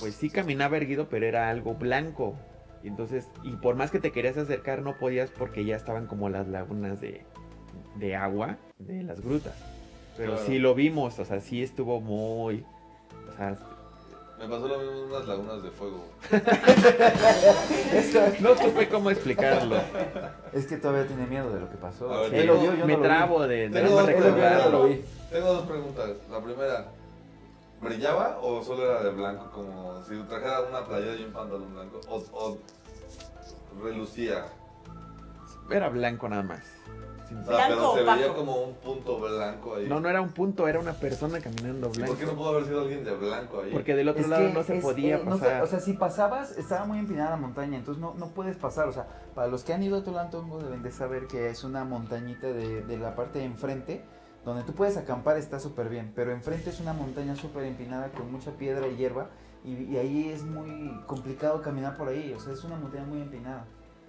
pues sí caminaba erguido, pero era algo blanco. Y entonces, y por más que te querías acercar, no podías porque ya estaban como las lagunas de, de agua de las grutas. Pero
Claro.
sí lo vimos, o sea, sí estuvo muy... O sea,
Me pasó lo mismo en unas lagunas de fuego.
No supe cómo explicarlo.
Es que todavía tiene miedo de lo que pasó.
A ver,
Él
yo-
lo vio, yo
me
no lo vi.
trabo de, de
Tengo
no
dos
recordar,
preguntas.
lo
recordarlo.
vi.
Tengo dos preguntas. La primera, ¿brillaba o solo era de blanco? Como si trajera una playera y un pantalón blanco. O, o relucía.
Era blanco nada más.
O
Sin-
sea,
¿Blanco
pero se veía
opaco?
como un punto blanco ahí.
No, no era un punto, era una persona caminando
¿Y
blanco.
por qué no pudo haber sido alguien de blanco ahí?
Porque del otro
Es
lado
que
no se
es-
podía
eh, no se-
pasar.
o sea, si pasabas, estaba muy empinada la montaña, entonces no, no puedes pasar. O sea, para los que han ido a Tolantongo deben de saber que es una montañita de, de la parte de enfrente, donde tú puedes acampar, está súper bien, pero enfrente es una montaña súper empinada con mucha piedra y hierba, y, y ahí es muy complicado caminar por ahí, o sea, es una montaña muy empinada.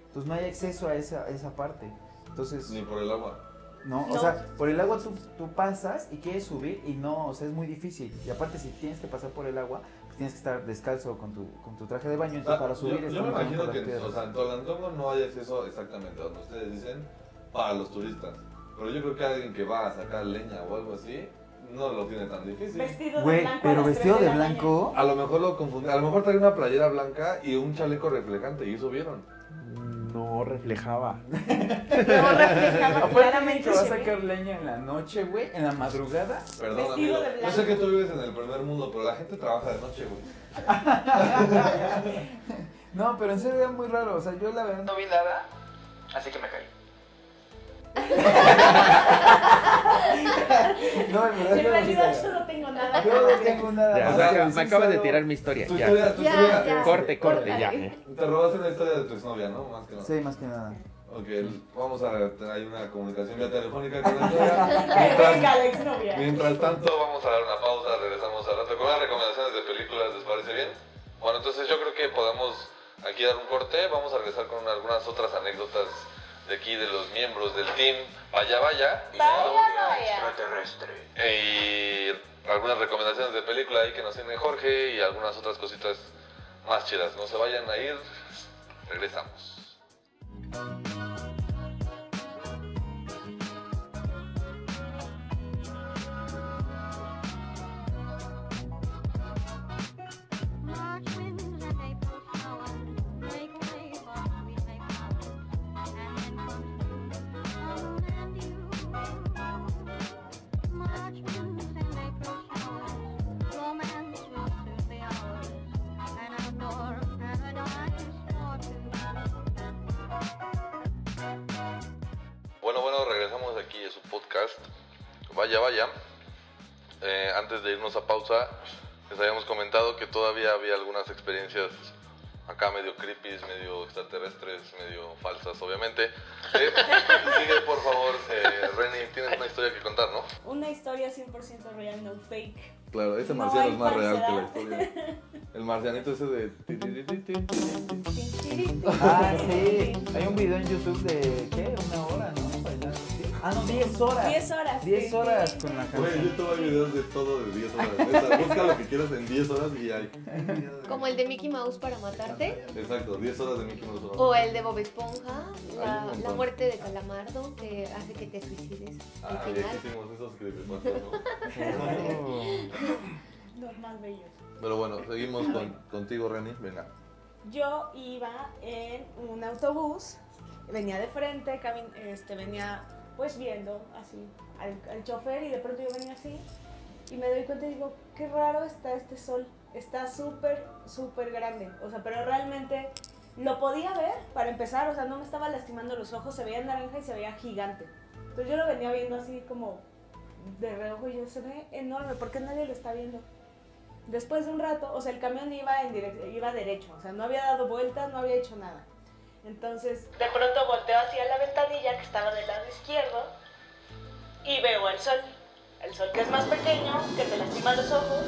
Entonces no hay acceso a esa, a esa parte. Entonces,
Ni por el agua.
no, o
No.
sea, por el agua tú, tú pasas y quieres subir y no, o sea, es muy difícil. Y aparte, si tienes que pasar por el agua, pues tienes que estar descalzo con tu, con tu traje de baño.
O sea,
Entonces, para subir,
Ah, yo,
es
yo me
como que
imagino
por
que
las piedras.
o sea, en Tolantongo no hay acceso exactamente a donde ustedes dicen para los turistas. Pero yo creo que alguien que va a sacar leña o algo así no lo tiene tan difícil.
Vestido de
Güey,
blanco. a
pero
las tres
vestido de
la mañana.
blanco.
A lo mejor lo confundí. A lo mejor traía una playera blanca y un chaleco reflejante y subieron.
No reflejaba.
No reflejaba
Aparte,
claramente.
que va a
se ve.
sacar leña en la noche, güey, en la madrugada.
Perdón,
Vestido
amigo.
de
Yo
blanco.
sé que tú vives en el primer mundo, pero la gente trabaja de noche, güey.
No, pero en serio era muy raro. O sea, yo la verdad no vi nada.
Así que me caí.
No, en
En
verdad yo no vi
realidad yo
nada.
no tengo nada.
Yo no tengo nada.
Ya,
O
me
sea,
acaba-
sí
me acabas de
solo-
tirar mi historia.
Tu
ya.
historia, este. tu
Ya,
historia-
ya.
Corte, corte, ya.
Córtale.
Te robaste la historia de tu exnovia, ¿no? Más que nada.
Sí, más que nada.
Ok, vamos a tener una comunicación vía telefónica con la
Venga,
historia.
la exnovia.
Mientras tanto, vamos a dar una pausa, regresamos al rato con las recomendaciones de películas, ¿les parece bien? Bueno, entonces yo creo que podamos aquí dar un corte, vamos a regresar con algunas otras anécdotas de aquí de los miembros del team Vaya Vaya.
Extraterrestre.
Y algunas recomendaciones de película ahí que nos tiene Jorge y algunas otras cositas más chidas. No se vayan a ir, regresamos. Bueno, bueno, regresamos aquí a su podcast. Vaya, vaya. Eh, antes de irnos a pausa, les habíamos comentado que todavía había algunas experiencias acá medio creepy, medio extraterrestres, medio falsas, obviamente. Eh, sigue, por favor, eh, Reni, tienes una historia que contar, ¿no?
Una historia 100% real, no fake.
Claro, ese
No marciano hay es más real que la
historia. El marcianito ese de...
Ah, sí. Hay un video en YouTube de, ¿qué? Una hora, ¿no? Bailando. Ah, no, 10 horas.
10 horas.
10 horas con la
Güey,
canción.
yo hay videos de todo de 10 horas. Neta, Busca lo que quieras en 10 horas y hay.
Como el de Mickey Mouse para matarte.
Exacto, 10 horas de Mickey Mouse.
O el de Bob Esponja,
Hay un
la,
montón.
la muerte de Calamardo, que hace que te suicides al
Ah,
final.
viejísimos esos creepypastas, ¿no?
Normal, bellos.
Pero bueno, seguimos con- contigo, Reni. Venga.
Yo iba en un autobús, venía de frente, camin- este, venía pues viendo así al, al chofer y de pronto yo venía así y me doy cuenta y digo, qué raro está este sol, está súper, súper grande, o sea, pero realmente lo podía ver para empezar, o sea, no me estaba lastimando los ojos, se veía naranja y se veía gigante. Entonces yo lo venía viendo así como de reojo y yo se ve enorme, ¿por qué nadie lo está viendo? Después de un rato, o sea, el camión iba, en direc- iba derecho, o sea, no había dado vueltas, no había hecho nada. Entonces, de pronto volteo hacia la ventanilla que estaba del lado izquierdo y veo el sol. El sol que es más pequeño, que te lastima los ojos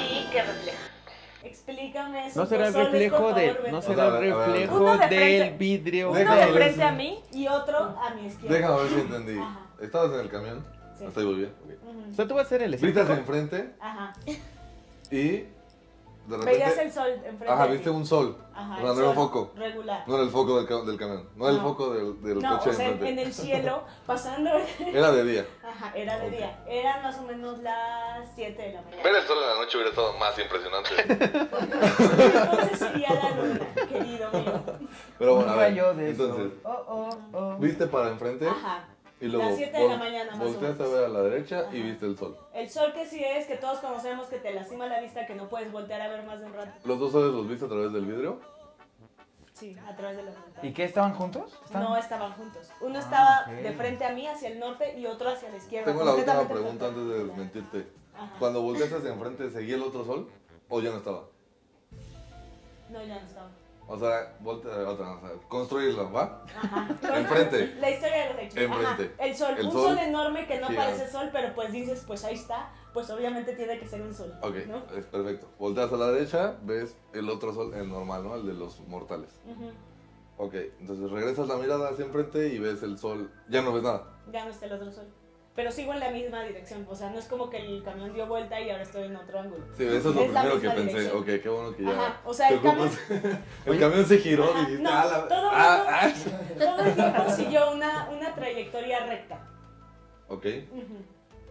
y que refleja. Explícame eso.
No será el
por soles,
reflejo
por
de.
favor,
No
Beto.
será
A
el
ver, a ver, a ver.
reflejo
Uno de
del
frente.
vidrio.
Uno
Déjame
de
ver
frente
eso.
a mí y otro a mi izquierda.
Déjame ver si entendí.
Ajá.
Estabas en el camión.
Sí.
Hasta ahí voy bien. ok.
Ujú.
O sea, tú vas a ser el
Gritas
escéptico.
enfrente
Ajá.
y de
Veías
repente.
el sol enfrente.
Ajá,
de
viste
ti.
un sol.
Ajá,
o sea,
el
no era un
sol
foco.
Regular.
No era el foco del, ca- del camión. No era el
No.
foco del, del
No,
coche
o sea,
de enfrente.
en el cielo, pasando.
Era de día.
Ajá, era de día. Eran más o menos las 7 de la
Ver
mañana.
el sol en la noche hubiera estado más impresionante.
Entonces sería la luna, querido mío.
Pero bueno, a
Un
ver,
rayo de
entonces,
sol. Oh, oh, oh.
viste para enfrente
Ajá.
y luego
Las siete de la
vol-
mañana, más o
volteaste a
menos.
ver a la derecha y
Ajá.
viste el sol.
El sol que sí es, que todos conocemos que te lastima la vista, que no puedes voltear a ver más de un rato.
¿Los dos soles los viste a través del vidrio?
Sí, a través de la ventana.
¿Y qué estaban juntos? ¿Estaban-
No estaban juntos. Uno
Ah,
estaba
ok.
de frente a mí hacia el norte y otro hacia la izquierda.
Tengo la última
completamente
pregunta antes
contraria.
de mentirte.
Ajá.
Cuando volteaste hacia enfrente, ¿seguía el otro sol o ya no estaba?
No, ya no estaba.
O sea, voltea otra, o sea, construirlo, ¿va?
Ajá.
Enfrente.
La historia de los hechos.
Enfrente.
Ajá, El sol.
El
un
sol
sol, enorme que no
gigante.
parece sol, pero pues dices, pues ahí está. Pues obviamente tiene que ser un sol.
Ok,
¿no?
es perfecto. Volteas a la derecha, ves el otro sol, el normal, ¿no? El de los mortales.
Ujú.
Ok, entonces regresas la mirada hacia enfrente y ves el sol. Ya no ves nada.
Ya no está el otro sol. Pero sigo en la misma dirección. O sea, no es como que el camión dio vuelta y ahora estoy en otro ángulo.
Sí, eso es lo
Es la
primero que
misma
pensé.
dirección.
Ok, qué bueno que ya.
Ajá. O sea,
te
el camión,
ocupas- el camión se giró
Ajá,
y dijiste,
no,
ah, la-
todo
ah, ah.
todo el tiempo siguió una, una trayectoria recta.
Ok,
Ujú.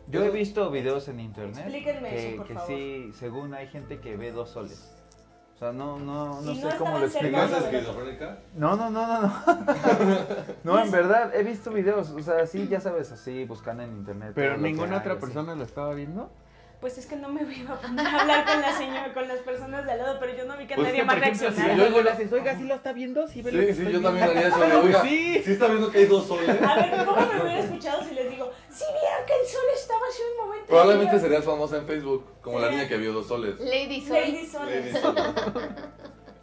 Yo he visto videos en internet
Explíquenme
que,
eso, por
que
favor.
sí, según hay gente que ve dos soles. O sea, no, no, no
Y
sé
no
cómo lo
estaban cerca
¿no
explico.
es
no, no.
esquizofrénica?
No, no, no, no, no. no, en verdad, he visto videos, o sea, sí, ya sabes, así, buscando en internet.
Pero
todo lo que
ninguna
hay,
otra
así.
persona lo estaba viendo.
Pues es que no me iba a poner a hablar con la señora, con las personas de al lado, pero yo no vi que
Pues es
nadie
que,
más
por ejemplo, si
reaccionara.
yo-
luego le haces, oiga, ¿sí lo está viendo? Sí, ve lo que
Sí, sí,
estoy
yo también
viendo".
haría eso.
Pero
Oiga,
sí.
sí está viendo que hay dos soles.
A ver, ¿cómo me hubiera escuchado si les digo, si vieron que el sol estaba hace un momento?
Probablemente
Yo-
serías famosa en Facebook, como la
Sí.
niña que vio dos soles.
Lady Sol.
Lady Sol.
Lady Sol.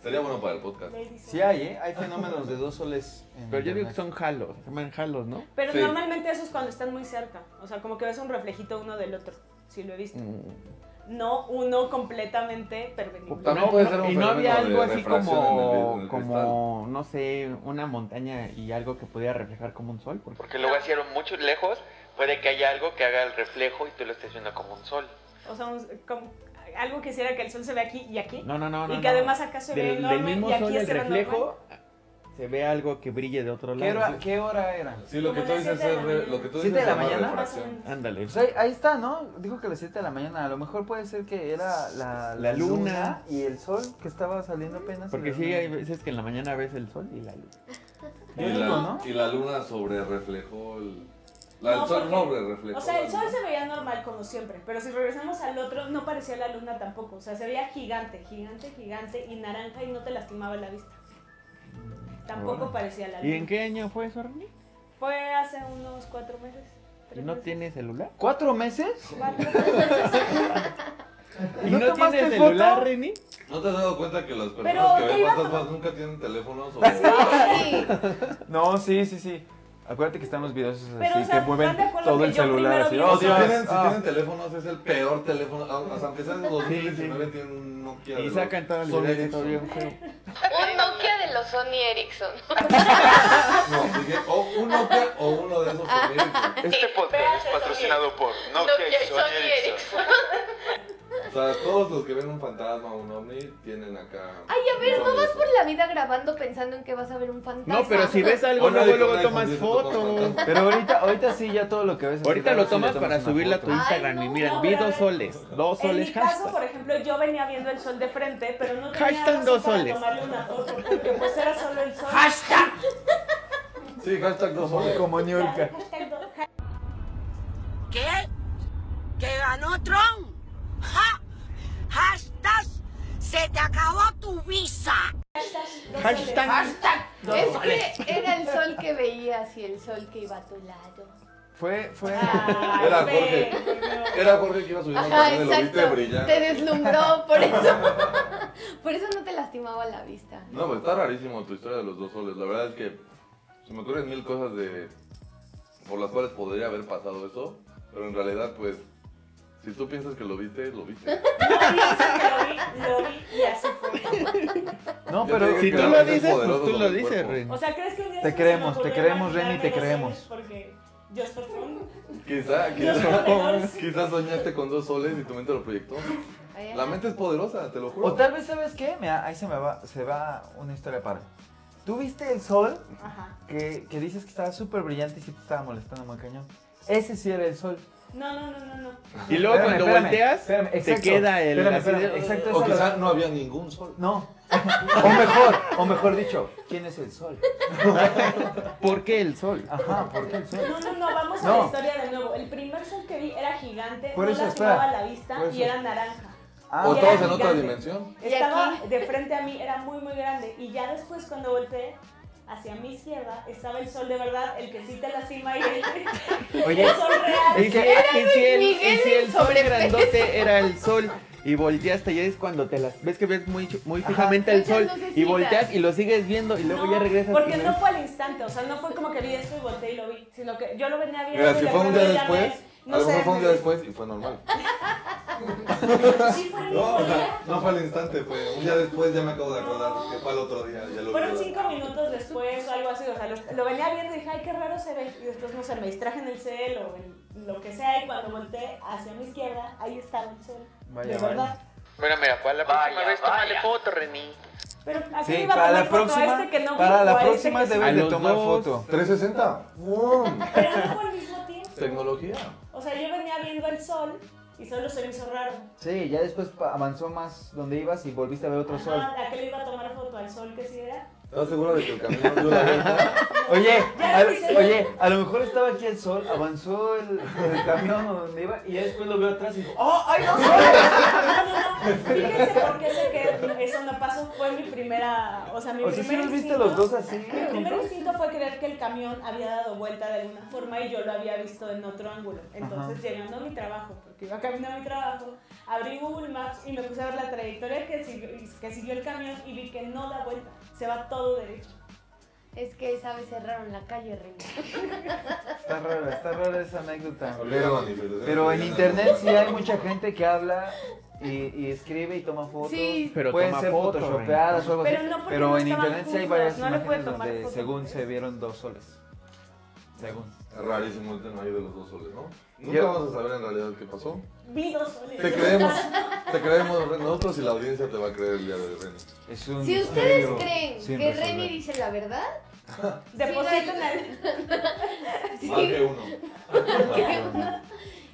Sería bueno para el podcast.
Lady Sol.
Sí hay, ¿eh? Hay fenómenos de dos soles en
Pero yo digo que
internet.
son jalos, se llaman jalos, ¿no?
Pero
Sí.
normalmente eso es cuando están muy cerca. O sea, como que ves un reflejito uno del otro. Si lo he visto.
Mm.
No uno completamente perpendicular.
También puede
no,
ser un
y no había
fenómeno de
algo así
refracción en el- en
como,
el
como, no sé, una montaña y algo que pudiera reflejar como un sol. Porque...
Porque luego hicieron mucho lejos, puede que haya algo que haga el reflejo y tú lo estés viendo como un sol.
O sea, un- como, algo que hiciera que el sol se ve aquí y aquí.
No, no, no, no.
y que
no.
además acá se ve
del, del
enorme
mismo
y aquí
sol, el
se ve normal.
reflejo, se ve algo que brille de otro
¿Qué
lado.
hora, ¿Qué hora era?
Sí, lo que tú
Como las
dices
siete
es
de la
re-
mañana.
lo que tú dices
¿Siete de
se
la
llama
mañana?
Más o
refracción.
menos.
Ándale.
Pues ahí, ahí está, ¿no? Dijo que a las 7 de la mañana. A lo mejor puede ser que era la,
La luna.
y el sol que estaba saliendo apenas.
Porque
en la
sí, hay
luna.
veces que en la mañana ves el sol y la luz.
Y
Bonito,
la,
¿no?
y la luna sobre reflejó el. La,
No,
el sol
porque-
sobre reflejó.
O sea, el
la
sol
luna.
se veía normal como siempre, pero si regresamos al otro, no parecía la luna tampoco. O sea, se veía gigante, gigante, gigante y naranja y no te lastimaba la vista. Tampoco
Órale.
parecía la luna.
¿Y en qué año fue eso, Ronnie?
Fue hace unos cuatro meses.
¿Y
tres
no
meses.
tiene celular?
¿Cuatro meses?
Cuatro meses.
¿Y
¿No
no,
tomaste
tiene
foto?
celular, Rini?
¿No te has dado cuenta que las personas
Pero
que
te
ven
iba a
fantasmas nunca tienen teléfonos? O...
Sí.
No, sí, sí, sí. Acuérdate que están los videos esos
Pero,
así
o sea,
que mueven
¿van de acuerdo
todo
que
el
yo
celular
primero
así.
vi
¡Oh,
el
Si
sol?
Dios!
tienen, si
Ah.
tienen teléfonos, es el peor teléfono. Ah, O sea, aunque sea de 2019,
Sí,
tienen un Nokia.
Y
de
sacan
los-
Ah,
todo el
Sony
video
Ericsson.
todavía feo.
Un Nokia de los Sony Ericsson.
No, dije, o un Nokia o uno de esos Sony Ericsson.
Este podcast es patrocinado por Nokia y Sony Ericsson.
O sea, todos los que ven un fantasma o un ovni tienen acá.
Ay, a
un
ver, no
Sony
vas por
Ericsson.
la vida grabando pensando en que vas a ver un fantasma.
No, pero si ves algo,
O nadie
luego,
con
luego
iPhone
tomas
dice,
foto.
"Tomas
Pero ahorita, ahorita sí, ya todo lo que ves. así
Ahorita
raro,
lo
sí le
tomas para
una
subirlo a
foto.
tu Instagram
Ay,
y
no,
miran,
no,
vi
pero a
dos
ver.
soles, dos
En
soles
mi caso, por
hashtag.
ejemplo, yo venía viendo el sol de frente, pero no tenía
Hashtag
razón
dos
para
soles.
tomarle una foto, porque pues era solo el sol.
Sí, hashtag no
Como-
soles.
Como Niurka.
Hashtag dos-
¿Qué? ¿Que ganó Trump? ¡Ja! ¡Hashtag! ¡Se te acabó tu visa!
Hashtag.
Es que era el sol que veías y el sol que iba a tu lado.
Fue, fue.
Ay,
Era
ve,
Jorge.
no.
Era Jorge que iba subiendo una
Ajá,
canción y lo viste brillar.
Te deslumbró, por eso. Por eso no te lastimaba la vista.
No, pero está rarísimo tu historia de los dos soles. La verdad es que se me ocurren mil cosas de por las cuales podría haber pasado eso, pero en realidad, pues, si tú piensas que lo viste, lo viste.
Lo vi, lo vi y así fue.
No,
Yo
pero.
te
Si
digo
tú
Pero
lo
es
dices, pues
poderoso
tú
sobre
lo
el
dices,
cuerpo.
Rini.
O sea, ¿crees que un día
Te
se
creemos,
nos ocurrió
te creemos, Reni,
imaginarme
te
los
creemos.
soles? Porque just for fun.
Quizá,
Los
quizá,
soles.
quizá soñaste con dos soles y tu mente lo proyectó.
Ay,
La mente es poderosa, te lo juro.
O tal vez, ¿sabes qué? Mira, ahí se me va, se va una historia para. ¿Tú viste el sol
Ajá.
que, que dices que estaba súper brillante y sí te estaba molestando muy cañón? Ese sí era el sol.
No, no, no, no, no.
Y
Espérame,
luego cuando
espérame,
volteas,
espérame,
te
exacto,
queda el.
espérame,
así
espérame,
de-
exacto,
O
eso lo-
quizá no había ningún sol.
No. o mejor, o mejor dicho, ¿quién es el sol?
¿Por qué el sol?
Ajá, ¿por qué el sol?
No, no, no, vamos a la
No.
historia de nuevo. El primer sol que vi era gigante,
Por eso,
no lastimaba
espera.
la vista
Por eso.
y era naranja.
Ah,
O
ya,
todos en otra
gigante.
dimensión.
Y
Estaba
aquí.
de frente a mí, era muy, muy grande. Y ya después, cuando volteé hacia mi izquierda, estaba el sol de verdad, el que sí te lastima y el,
Oye,
el sol real.
Y si, y si el, y
Miguel
si el
en
sol
sobrepeso.
grandote era el sol y volteaste y es cuando te las ves que ves muy, chu- muy fijamente el
Esas
sol
lucecitas.
y volteas y lo sigues viendo y luego
No,
ya regresas.
Porque
y
no fue al instante, o sea, no fue como que vi esto y volteé y lo vi, sino que yo lo venía viendo.
Mira,
y
si
de
fue un
pronto
día
ya me-
después,
no
a lo
sé,
mejor fue un
me-
día después y fue normal.
sí fue un
No, o
día.
sea, no fue al instante, fue un día después, ya me acabo de acordar que fue al otro día, ya lo
Fueron
olvidé.
cinco minutos después o algo así, o sea, lo, lo venía viendo y dije, ay, qué raro se ve. Y después, no sé, me distraje en el cel o en lo que sea y cuando volteé hacia mi izquierda, ahí estaba el sol.
Vaya,
de verdad.
Mira, mira, ¿cuál la próxima
Vaya,
vez? Tómale foto, Reni.
Pero así
Sí,
le iba a
para
tomar
la
foto a
próxima,
este que no
para
vi, o
la
a este
próxima
que sí.
debes de
los
tomar
dos.
foto.
360. ¡Wow!
Pero no fue al mismo tiempo.
Tecnología.
O sea, yo venía viendo el sol y solo se me hizo raro.
Sí, ya después pa- avanzó más donde ibas y volviste a ver otro sol.
Ajá, ¿A qué le iba a tomar foto? ¿Al sol que sí era?
¿Estás seguro de que el camino dio la vuelta?
Oye,
Ya
a,
lo hice.
oye, a lo mejor estaba aquí el sol, avanzó el, el camión o donde iba y ya después lo veo atrás y dijo, ¡Oh, ay, no!
No, no, no. Fíjense por qué sé que eso no pasó. Fue mi primera. O sea, mi
O sea,
primer
si los viste
instinto-
los dos así,
Mi primer
juntos?
instinto fue creer que el camión había dado vuelta de alguna forma y yo lo había visto en otro ángulo. Entonces, llegando a mi trabajo, porque iba caminando a mi trabajo, abrí Google Maps y me puse a ver la trayectoria que siguió, que siguió el camión y vi que no da vuelta, se va todo derecho.
Es que esa vez cerraron la calle, Rey.
Está rara, está rara esa anécdota.
Olvidé manifestaciones.
Pero en internet sí hay mucha gente que habla y, y escribe y toma fotos.
Sí.
Pero
pueden
toma
ser
fotos,
photoshopeadas o algo
Pero
así.
no porque
pero
no
en
estaban
internet sí hay
juntas,
varias
no le puede
imágenes
tomar
donde
fotos,
según
pues.
se vieron dos soles. Según.
Rarísimo el tema ahí de los dos soles, ¿no? Nunca
Yo-
vamos a saber en realidad qué pasó.
Vi dos soles.
Te creemos, te creemos Ren, nosotros y la audiencia te va a creer el día de Ren.
Es un
Si ustedes
misterio
creen
sin
que
resolver.
Reni dice la verdad,
Depositen al.
Más
sí.
de uno.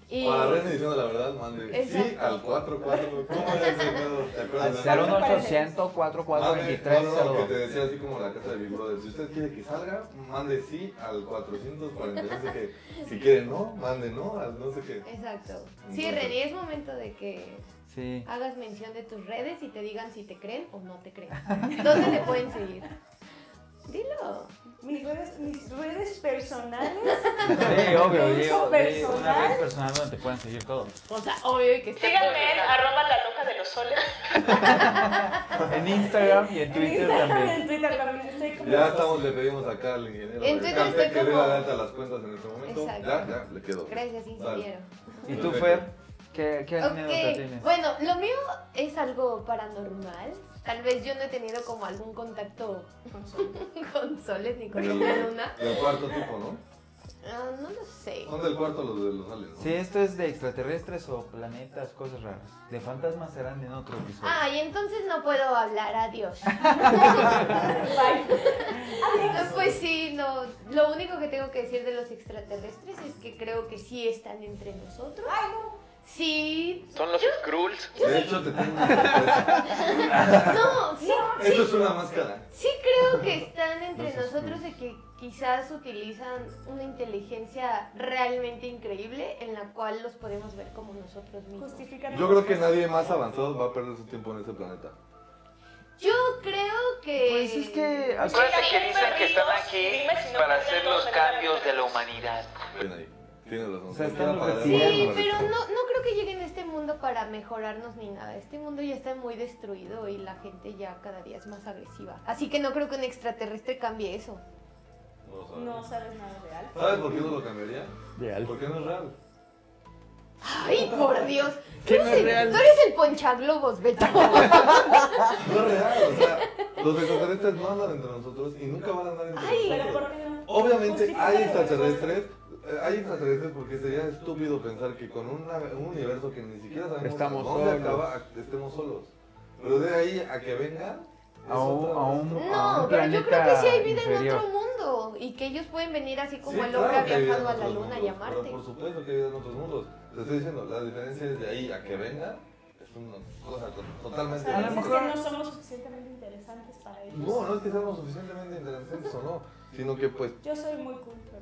Y
Para Ren diciendo la verdad, mande sí
Exacto.
al 4-4. ¿Cómo era ese pedo? ¿Te
Al
acuerdas?
01800 4423
Mande- no, no, que te
saludos.
decía así como la casa de Big Brother. Si usted quiere que salga, mande sí al 440. No sé qué. Si quiere no, mande no al no sé qué.
Exacto. Sí, Reni, es momento de que
Sí.
hagas mención de tus redes y te digan si te creen o no te creen. ¿Dónde te pueden seguir? Dilo.
Mis redes, mis redes personales.
Sí, obvio,
Uso
Diego. sí, Una
personal.
red personal donde te pueden seguir todo.
O sea, obvio que esté
Síganme en arroba la loca de los soles.
En Instagram y en Twitter también.
En Twitter también estoy como.
Ya estamos, le pedimos acá al ingeniero. de
En Twitter
Carta
estoy
que dé
como-
la alta las cuentas en este momento.
Exacto.
Ya, ya, le quedó.
Gracias, ingeniero.
¿Y tú, Fer? ¿Qué, qué anécdota
Ok,
Pues, tienes?
bueno, lo mío es algo paranormal. Tal vez yo no he tenido como algún contacto con soles ni con
Del,
la luna.
del cuarto tipo, ¿no?
Ah, no lo sé.
Son del cuarto los de los aliens. ¿no?
Si esto es de extraterrestres o planetas, cosas raras. De fantasmas serán en otro episodio.
Ah, y entonces no puedo hablar, adiós.
Bye.
Pues sí, no. Lo único que tengo que decir de los extraterrestres es que creo que sí están entre nosotros. Sí.
Son los Skrulls.
De hecho, te tengo una sorpresa.
No, sí,
Esto es una máscara.
sí creo que están entre nosotros de que quizás utilizan una inteligencia realmente increíble en la cual los podemos ver como nosotros mismos.
Justifícame.
Yo creo que nadie más avanzado va a perder su tiempo en este planeta.
Yo creo que.
Pues es que. así-
Acuérdate que dicen que están aquí para hacer los cambios de la humanidad.
Ven ahí. Tienes razón.
O sea,
Cualquiera
están los
para-
Sí,
reptilianos.
pero no, no creo que lleguen a este mundo para mejorarnos ni nada. Este mundo ya está muy destruido y la gente ya cada día es más agresiva. Así que no creo que un extraterrestre cambie eso.
No sabes.
No sabes nada real.
¿Sabes por qué no lo cambiaría?
Real.
Porque no es real.
¡Ay, por Dios! Tú
Que no
eres,
es
el,
real.
tú eres el ponchaglobos, Beto.
No es real. O sea, los extraterrestres no andan entre nosotros y nunca van a andar entre
Pero
nosotros.
¿por qué no?
Pues
Obviamente
Justifícame.
hay extraterrestres eh, hay extraterrestres porque sería estúpido pensar que con una- un universo que ni siquiera sabemos
Estamos
dónde
solos.
acaba, a- estemos solos. Pero de ahí a que vengan, es
A un-
otra
a un-
vez.
a
No,
un
pero yo creo que
planeta
sí hay vida en
inferior.
otro mundo y que ellos pueden venir así como
Sí,
el hombre
claro que
ha
hay vida
viajado a
en
la
otros
luna y a
mundos,
Marte.
Pero por supuesto que hay vida en otros mundos. Te estoy diciendo, la diferencia es de ahí a que venga, es una cosa to-
O
totalmente
sea,
A lo
dices
mejor-
diferente.
que no somos suficientemente interesantes para ellos.
No, no es que seamos suficientemente interesantes o no, sino que pues
Yo soy muy cool, pero...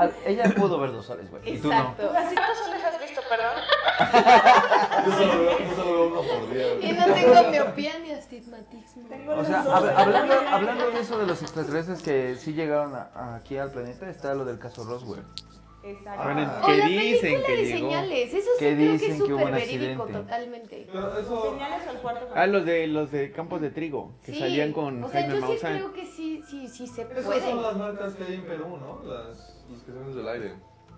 Ah, Ella pudo ver los soles, güey. Y tú no.
Exacto.
¿Cuántos soles has visto, perdón?
yo solo veo, yo solo veo uno por día.
Y
güey.
no tengo miopía ni astigmatismo.
Tengo
O
los
sea,
dos
hab-
de la
hablando,
mañana.
hablando de eso de los extraterrestres que sí llegaron a- a- aquí al planeta, está lo del caso Roswell.
Exacto.
Ahora,
O
¿qué
la
dicen
película
que
de
llegó?
señales, eso sí
Que
creo que
dicen
es
que hubo
súper
un
verídico
accidente.
totalmente.
Pero eso,
Señales al cuarto
Ah, los de, los de Campos de Trigo, que
sí,
salían con
o sea,
Jaime
yo sí
Maussan.
creo que sí, sí, Pues, sí se
esas
puede.
son las marcas que hay en Perú, ¿no? Las, las que son del aire.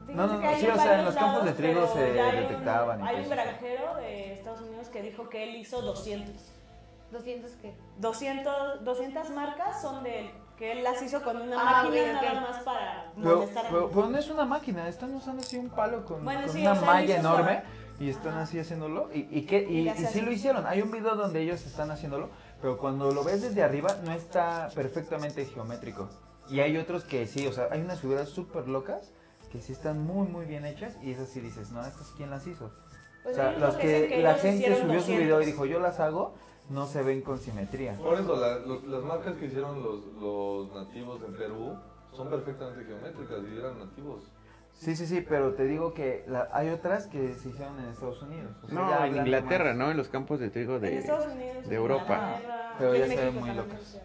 Dicen
no,
que
no,
hay
sí, o sea,
varios
en los campos de trigo
pero
se
ya hay un-
detectaban y
Hay un
cosas.
granjero de Estados Unidos que dijo que él hizo 200.
200 que.
200, 200 marcas son de él, que él las hizo con una
Ah,
máquina
ok, ok.
nada más para
Pero,
molestar a
pero- pero no es una máquina, están usando así un palo con,
Bueno,
con
sí,
una
o sea,
malla
ellos
enorme y
son-
están
Ajá.
así haciéndolo. Y, y, qué- y-
Y le hace
y sí
así.
lo hicieron. Hay un video donde ellos están haciéndolo, pero cuando lo ves desde arriba no está perfectamente geométrico. Y hay otros que sí, o sea, hay unas figuras súper locas que sí están muy, muy bien hechas y esas sí dices, no, estas quién las hizo.
Pues
o sea,
hay unos
las que,
dicen que
la
ellos
gente
hicieron
subió su video y
200.
dijo, yo las hago, no se ven con simetría.
Por eso, la- los- las marcas que hicieron los, los nativos en Perú son perfectamente geométricas y eran nativos.
Sí, sí, sí, pero te digo que la- hay otras que se hicieron en Estados Unidos. o sea, ya
No, en
hablando
Inglaterra,
más.
¿no? En los Campos de Trigo
En
de...
Estados Unidos,
de Europa.
Inglaterra,
Pero
en
ya se ven
México
muy
también.
locos.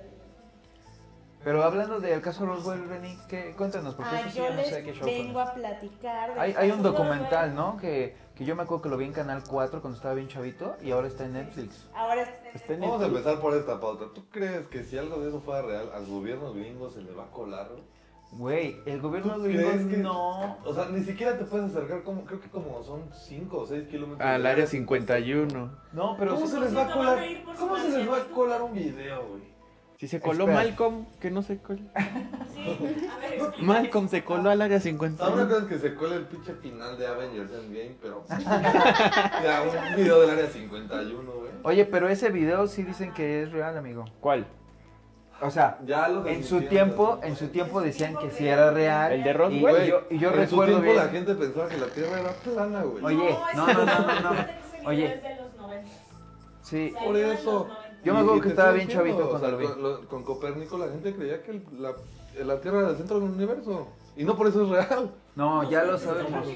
Pero hablando del caso Roswell, Reni, ¿qué? cuéntanos, porque
Ah,
eso sí
yo
yo no
les
sé qué show.
vengo
con eso.
a platicar. del
Hay, hay un
caso de
documental,
Orwell.
¿no? Que, que yo me acuerdo que lo vi en Canal 4 cuando estaba bien chavito y ahora está en Netflix. Oh,
Ahora es-
Este.
Está en
Vamos a
el-
empezar por esta pauta. ¿Tú crees que si algo de eso fuera real, al gobierno gringo se le va a colar?
Güey, el gobierno
¿Tú
gringo
crees que-
no...
O sea, ni siquiera te puedes acercar, como, creo que como son 5 o 6 kilómetros.
Al
del
área 51.
No, pero...
¿Cómo
sí-
se les va a
Van a
colar?
ir por su
¿Cómo se les va a
asiento.
colar un video, güey?
Si se coló
Espera.
Malcolm, que no se coló.
sí, a ver, explica.
Malcolm se coló al área
O sea, una
51.
cosa es que se cuela el pinche final de Avengers Endgame, pero. ya, un video del área 51, güey.
Oye, pero ese video sí dicen que es real, amigo.
¿Cuál?
O sea,
Ya lo
en su
desmintieron,
tiempo,
güey.
en su tiempo decían que sí era real.
¿El de
Y,
Roswell?
y yo, y yo
en
recuerdo
su tiempo
bien...
la gente pensaba que la Tierra era plana, güey.
Oye, no, no, no, no, no. Oye.
Oye. De los 90.
Sí,
Por eso.
Yo me acuerdo
Y- y
que
te
estaba
estoy
bien chavito
o sea,
cuando lo vi.
Con, con Copérnico la gente creía que el- la, la Tierra era el centro del universo. Y no por eso es real.
no, ya lo sabemos.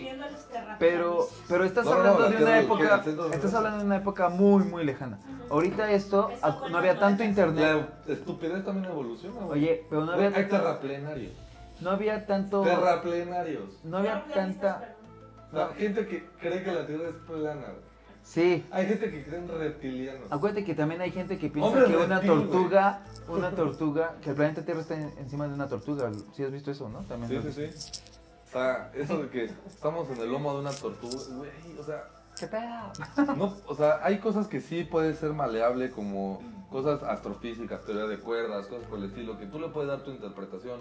Pero, pero estás
No, no,
hablando
la
de
Tierra
una
del
época,
Centro
estás
del Universo.
hablando de una época muy, muy lejana. Ahorita esto,
Eso
a-
fue en
no
los
había tanto
noventas.
internet.
La estupidez también evoluciona, güey.
Oye, pero no
Güey, hay
había,
terraplenarios.
no había tanto,
Terraplenarios.
no había tanta,
O sea, gente que cree que la Tierra es plana, güey.
sí.
Hay gente que cree en reptilianos.
Acuérdate que también hay gente que piensa
Hombre
que una
reptil, güey.
tortuga, una tortuga, que el planeta Tierra está en- encima de una tortuga. ¿Sí has visto eso, no? También.
Sí,
lo-
sí, sí. O sea, eso de que estamos en el lomo de una tortuga, güey, o sea,
¿Qué pedo?
No, o sea, hay cosas que sí puede ser maleable, como cosas astrofísicas, teoría de cuerdas, cosas por el estilo, que tú le puedes dar tu interpretación.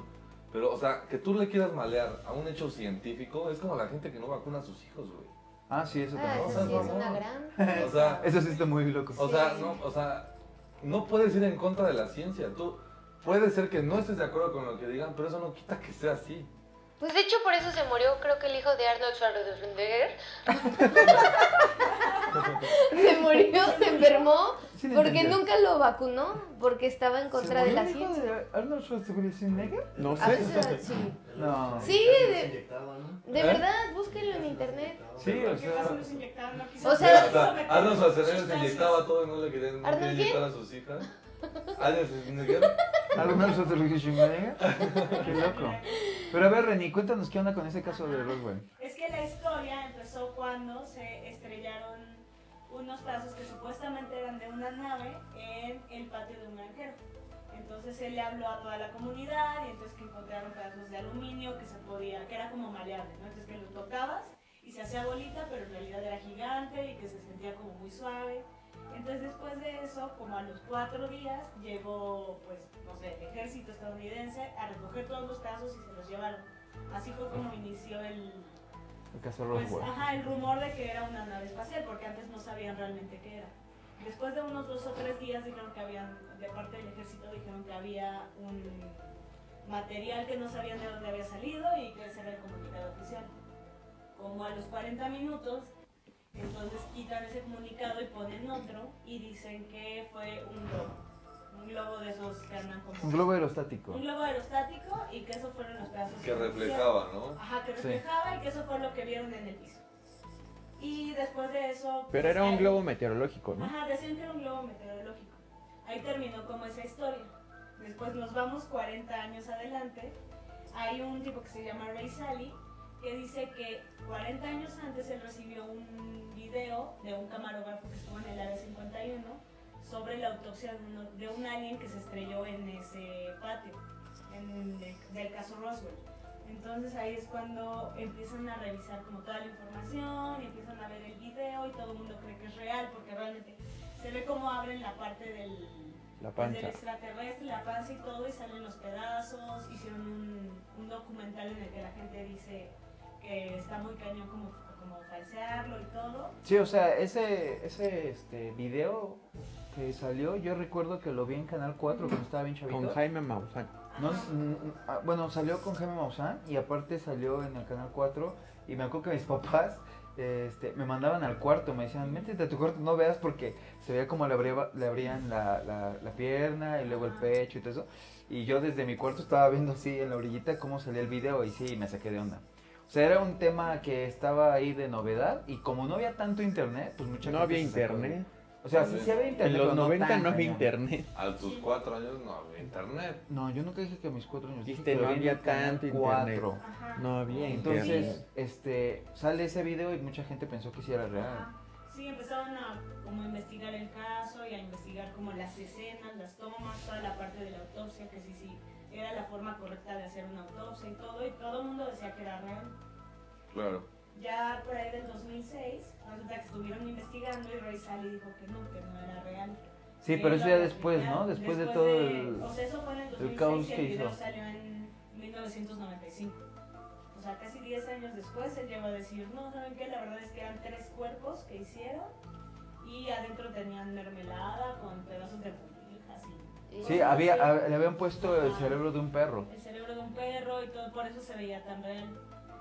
Pero, o sea, que tú le quieras malear a un hecho científico es como la gente que no vacuna a sus hijos, güey.
Ah, sí, eso
Ah,
también.
eso sí es una
no.
gran.
O sea,
Eso sí está muy loco.
O sea, no, o sea, no puedes ir en contra de la ciencia. Tú puede ser que no estés de acuerdo con lo que digan, pero eso no quita que sea así.
Pues de hecho por eso se murió creo que el hijo de Arnold Schwarzenegger.
Se murió, se enfermó,
Sí lo
porque
entendí.
nunca lo vacunó, porque estaba en contra de la
¿Se murió el hijo
ciencia.
de ¿Arnold Schwarzenegger?
No
A
sé.
veces, sí.
No.
Sí, de,
Inyectado, ¿no?
de verdad, búsquenlo en internet.
Sí, o
¿Qué pasó?
sea.
Los inyectaron, no
O
quiso.
sea,
O sea, Arnold Schwarzenegger se inyectaba todo y no le querían no quería
¿Arnold qué?
inyectar a sus hijas. Arnold Schwarzenegger.
¿Arnold Schwarzenegger? ¿eh? Qué loco. Pero a ver, Reni, cuéntanos qué onda con ese caso de Roswell.
Es que la historia empezó cuando se estrellaron unos pedazos que supuestamente eran de una nave en el patio de un granjero. Entonces él le habló a toda la comunidad y entonces que encontraron pedazos de aluminio que se podía, que era como maleable, ¿no? Entonces que lo tocabas y se hacía bolita, pero en realidad era gigante y que se sentía como muy suave. Entonces después de eso, como a los cuatro días, llegó, pues, no sé, el ejército estadounidense a recoger todos los casos y se los llevaron. Así fue como inició el,
El caso
pues,
Roswell.
ajá, el rumor de que era una nave espacial, porque antes no sabían realmente qué era. Después de unos dos o tres días dijeron que habían, de parte del ejército dijeron que había un material que no sabían de dónde había salido y que ese era el comunicado oficial. Como a los 40 minutos, entonces quitan ese comunicado y ponen otro y dicen que fue un globo. Un globo de esos que andan como...
Un globo aerostático.
Un globo aerostático y que esos fueron los casos
Que reflejaba, ¿no?
Ajá, que
Sí.
reflejaba y que eso fue lo que vieron en el piso. Y después de eso...
Pero
pues,
era un
ahí-
globo meteorológico, ¿no?
Ajá, decían que era un globo meteorológico. Ahí terminó como esa historia. Después nos vamos 40 años adelante. Hay un tipo que se llama Ray Sally que dice que 40 años antes él recibió un video de un camarógrafo que estuvo en el área 51 sobre la autopsia de, uno- de un alien que se estrelló en ese patio, en el- del caso Roswell. Entonces ahí es cuando empiezan a revisar como toda la información, y empiezan a ver el video y todo el mundo cree que es real porque realmente se ve cómo abren la parte del,
La
pues, del
panza.
extraterrestre, la panza y todo y salen los pedazos. Hicieron un, un documental en el que la gente dice que está muy cañón como, como falsearlo y todo.
Sí, o sea, ese, ese este, video que salió, yo recuerdo que lo vi en Canal 4 cuando estaba bien chavito.
Con Jaime Maussan.
No,
Ajá.
n- n- ah, bueno, salió con Jaime Maussan y aparte salió en el Canal 4 y me acuerdo que mis papás este, me mandaban al cuarto, me decían, métete a tu cuarto, no veas porque se veía como le, abría- le abrían la, la- la pierna y luego el
Ajá.
pecho y todo eso. Y yo desde mi cuarto estaba viendo así en la orillita cómo salía el video y sí, me saqué de onda. O sea, era un tema que estaba ahí de novedad y como no había tanto internet, pues mucha
No
gente
había
se sacó de-
internet.
O sea, sí, sí había internet.
En los
pero
90
tan
no había
cañón.
internet.
A tus cuatro años no había internet.
No, yo nunca dije que a mis cuatro años. dije
Dijiste,
que
no
lo vi en el
había tanto
Canal
internet.
4.
Ajá.
No había internet.
Entonces, este, sale ese video y mucha gente pensó que sí era real.
Ajá. Sí, empezaron a como investigar el caso y a investigar como las escenas, las tomas, toda la parte de la autopsia, que sí, sí, era la forma correcta de hacer una autopsia y todo, y todo el mundo decía que era real.
Claro.
Ya por ahí del 2006, resulta que estuvieron investigando y Ray Sally dijo que no, que no era real.
Sí,
Que
pero eso
lo
ya después,
replicaron.
¿no? Después, de todo
de-
el...
O sea, eso fue en el 2006
caos
y el
que
video
hizo.
salió en 1995. O sea, casi 10 años después él llegó a decir, no, ¿saben qué? La verdad es que eran tres cuerpos que hicieron y adentro tenían mermelada con pedazos de burbujas y
Sí, había, a- le habían puesto el cerebro de un perro.
el cerebro de un perro y todo, por eso se veía tan real.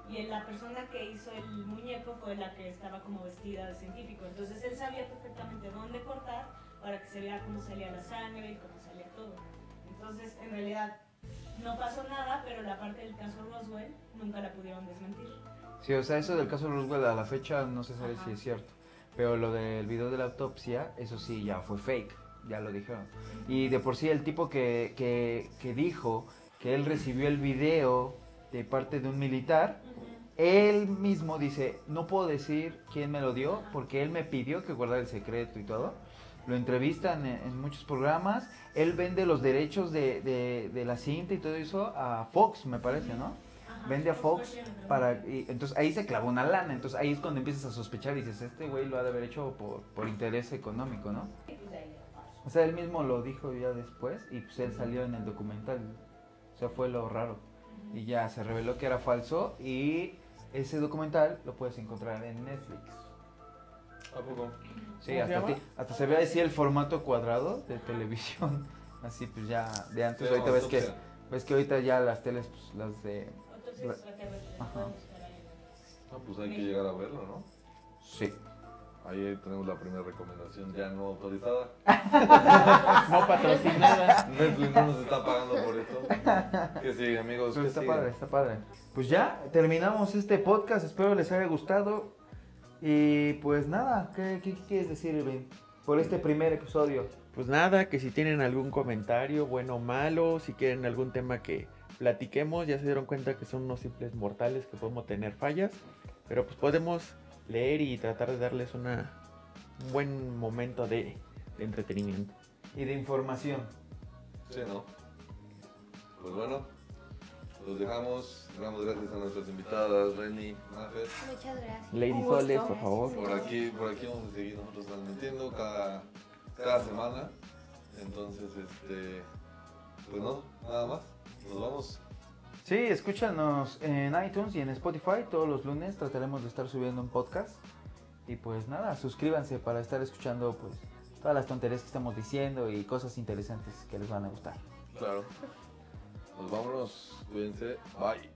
Y la persona que hizo el muñeco fue la que estaba como vestida de científico. Entonces él sabía perfectamente dónde cortar para que se viera cómo salía la sangre y cómo salía todo. Entonces, en realidad, no pasó nada, pero la parte del caso Roswell nunca la pudieron desmentir.
Sí, o sea, eso del caso Roosevelt a la fecha no se sabe
Ajá.
si es cierto. Pero lo del video de la autopsia, eso sí, ya fue fake, ya lo dijeron. Y de por sí el tipo que, que, que dijo que él recibió el video de parte de un militar, él mismo dice, no puedo decir quién me lo dio porque él me pidió que guardara el secreto y todo. Lo entrevistan en, en muchos programas, él vende los derechos de, de- de la cinta y todo eso a Fox, me parece, ¿no?
Ajá,
Vende a
pues,
Fox
fue que-
para y entonces ahí se clavó una lana, entonces ahí es cuando empiezas a sospechar y dices, este güey lo ha de haber hecho por, por interés económico, ¿no?
Y pues de ahí lo pasó.
O sea, él mismo lo dijo ya después y pues él salió en el documental. O sea, fue lo raro. Y ya se reveló que era falso y ese documental lo puedes encontrar en Netflix.
¿A poco?
Sí,
¿Cómo se
hasta,
llama?
ti- hasta se ve así el formato cuadrado de televisión. Así pues ya de antes,
Era
ahorita ves que,
autopsia.
ves que ahorita ya las teles, pues, las de...
Entonces, extraterrestres,
Ajá.
pueden buscar ahí.
No, pues hay que llegar a verlo, ¿no?
Sí.
Ahí tenemos la primera recomendación ya no autorizada.
No patrocinada.
Netflix no nos está pagando por esto. Que sigue,
Pero
amigos. que
Pues está
sigue.
padre, está padre. Pues ya terminamos este podcast, espero les haya gustado. Y pues nada, ¿qué, qué- qué quieres decir, Irving? Por este primer episodio.
Pues nada, que si tienen algún comentario, bueno o malo, si quieren algún tema que platiquemos, ya se dieron cuenta que son unos simples mortales que podemos tener fallas, pero pues podemos leer y tratar de darles una, un buen momento de, de entretenimiento.
Y de información.
Sí, ¿no? Pues bueno, los dejamos. Damos gracias a nuestras invitadas, Renny, Mafet.
Muchas gracias.
Lady
Un gusto.
Soles, por favor.
Por aquí, por aquí vamos a seguir nosotros transmitiendo cada cada semana. Entonces, este, pues no, nada más. Nos vamos.
Sí, escúchanos en iTunes y en Spotify todos los lunes. Trataremos de estar subiendo un podcast. Y pues nada, suscríbanse para estar escuchando pues todas las tonterías que estamos diciendo y cosas interesantes que les van a gustar.
Claro. Nos vámonos. Cuídense. Bye.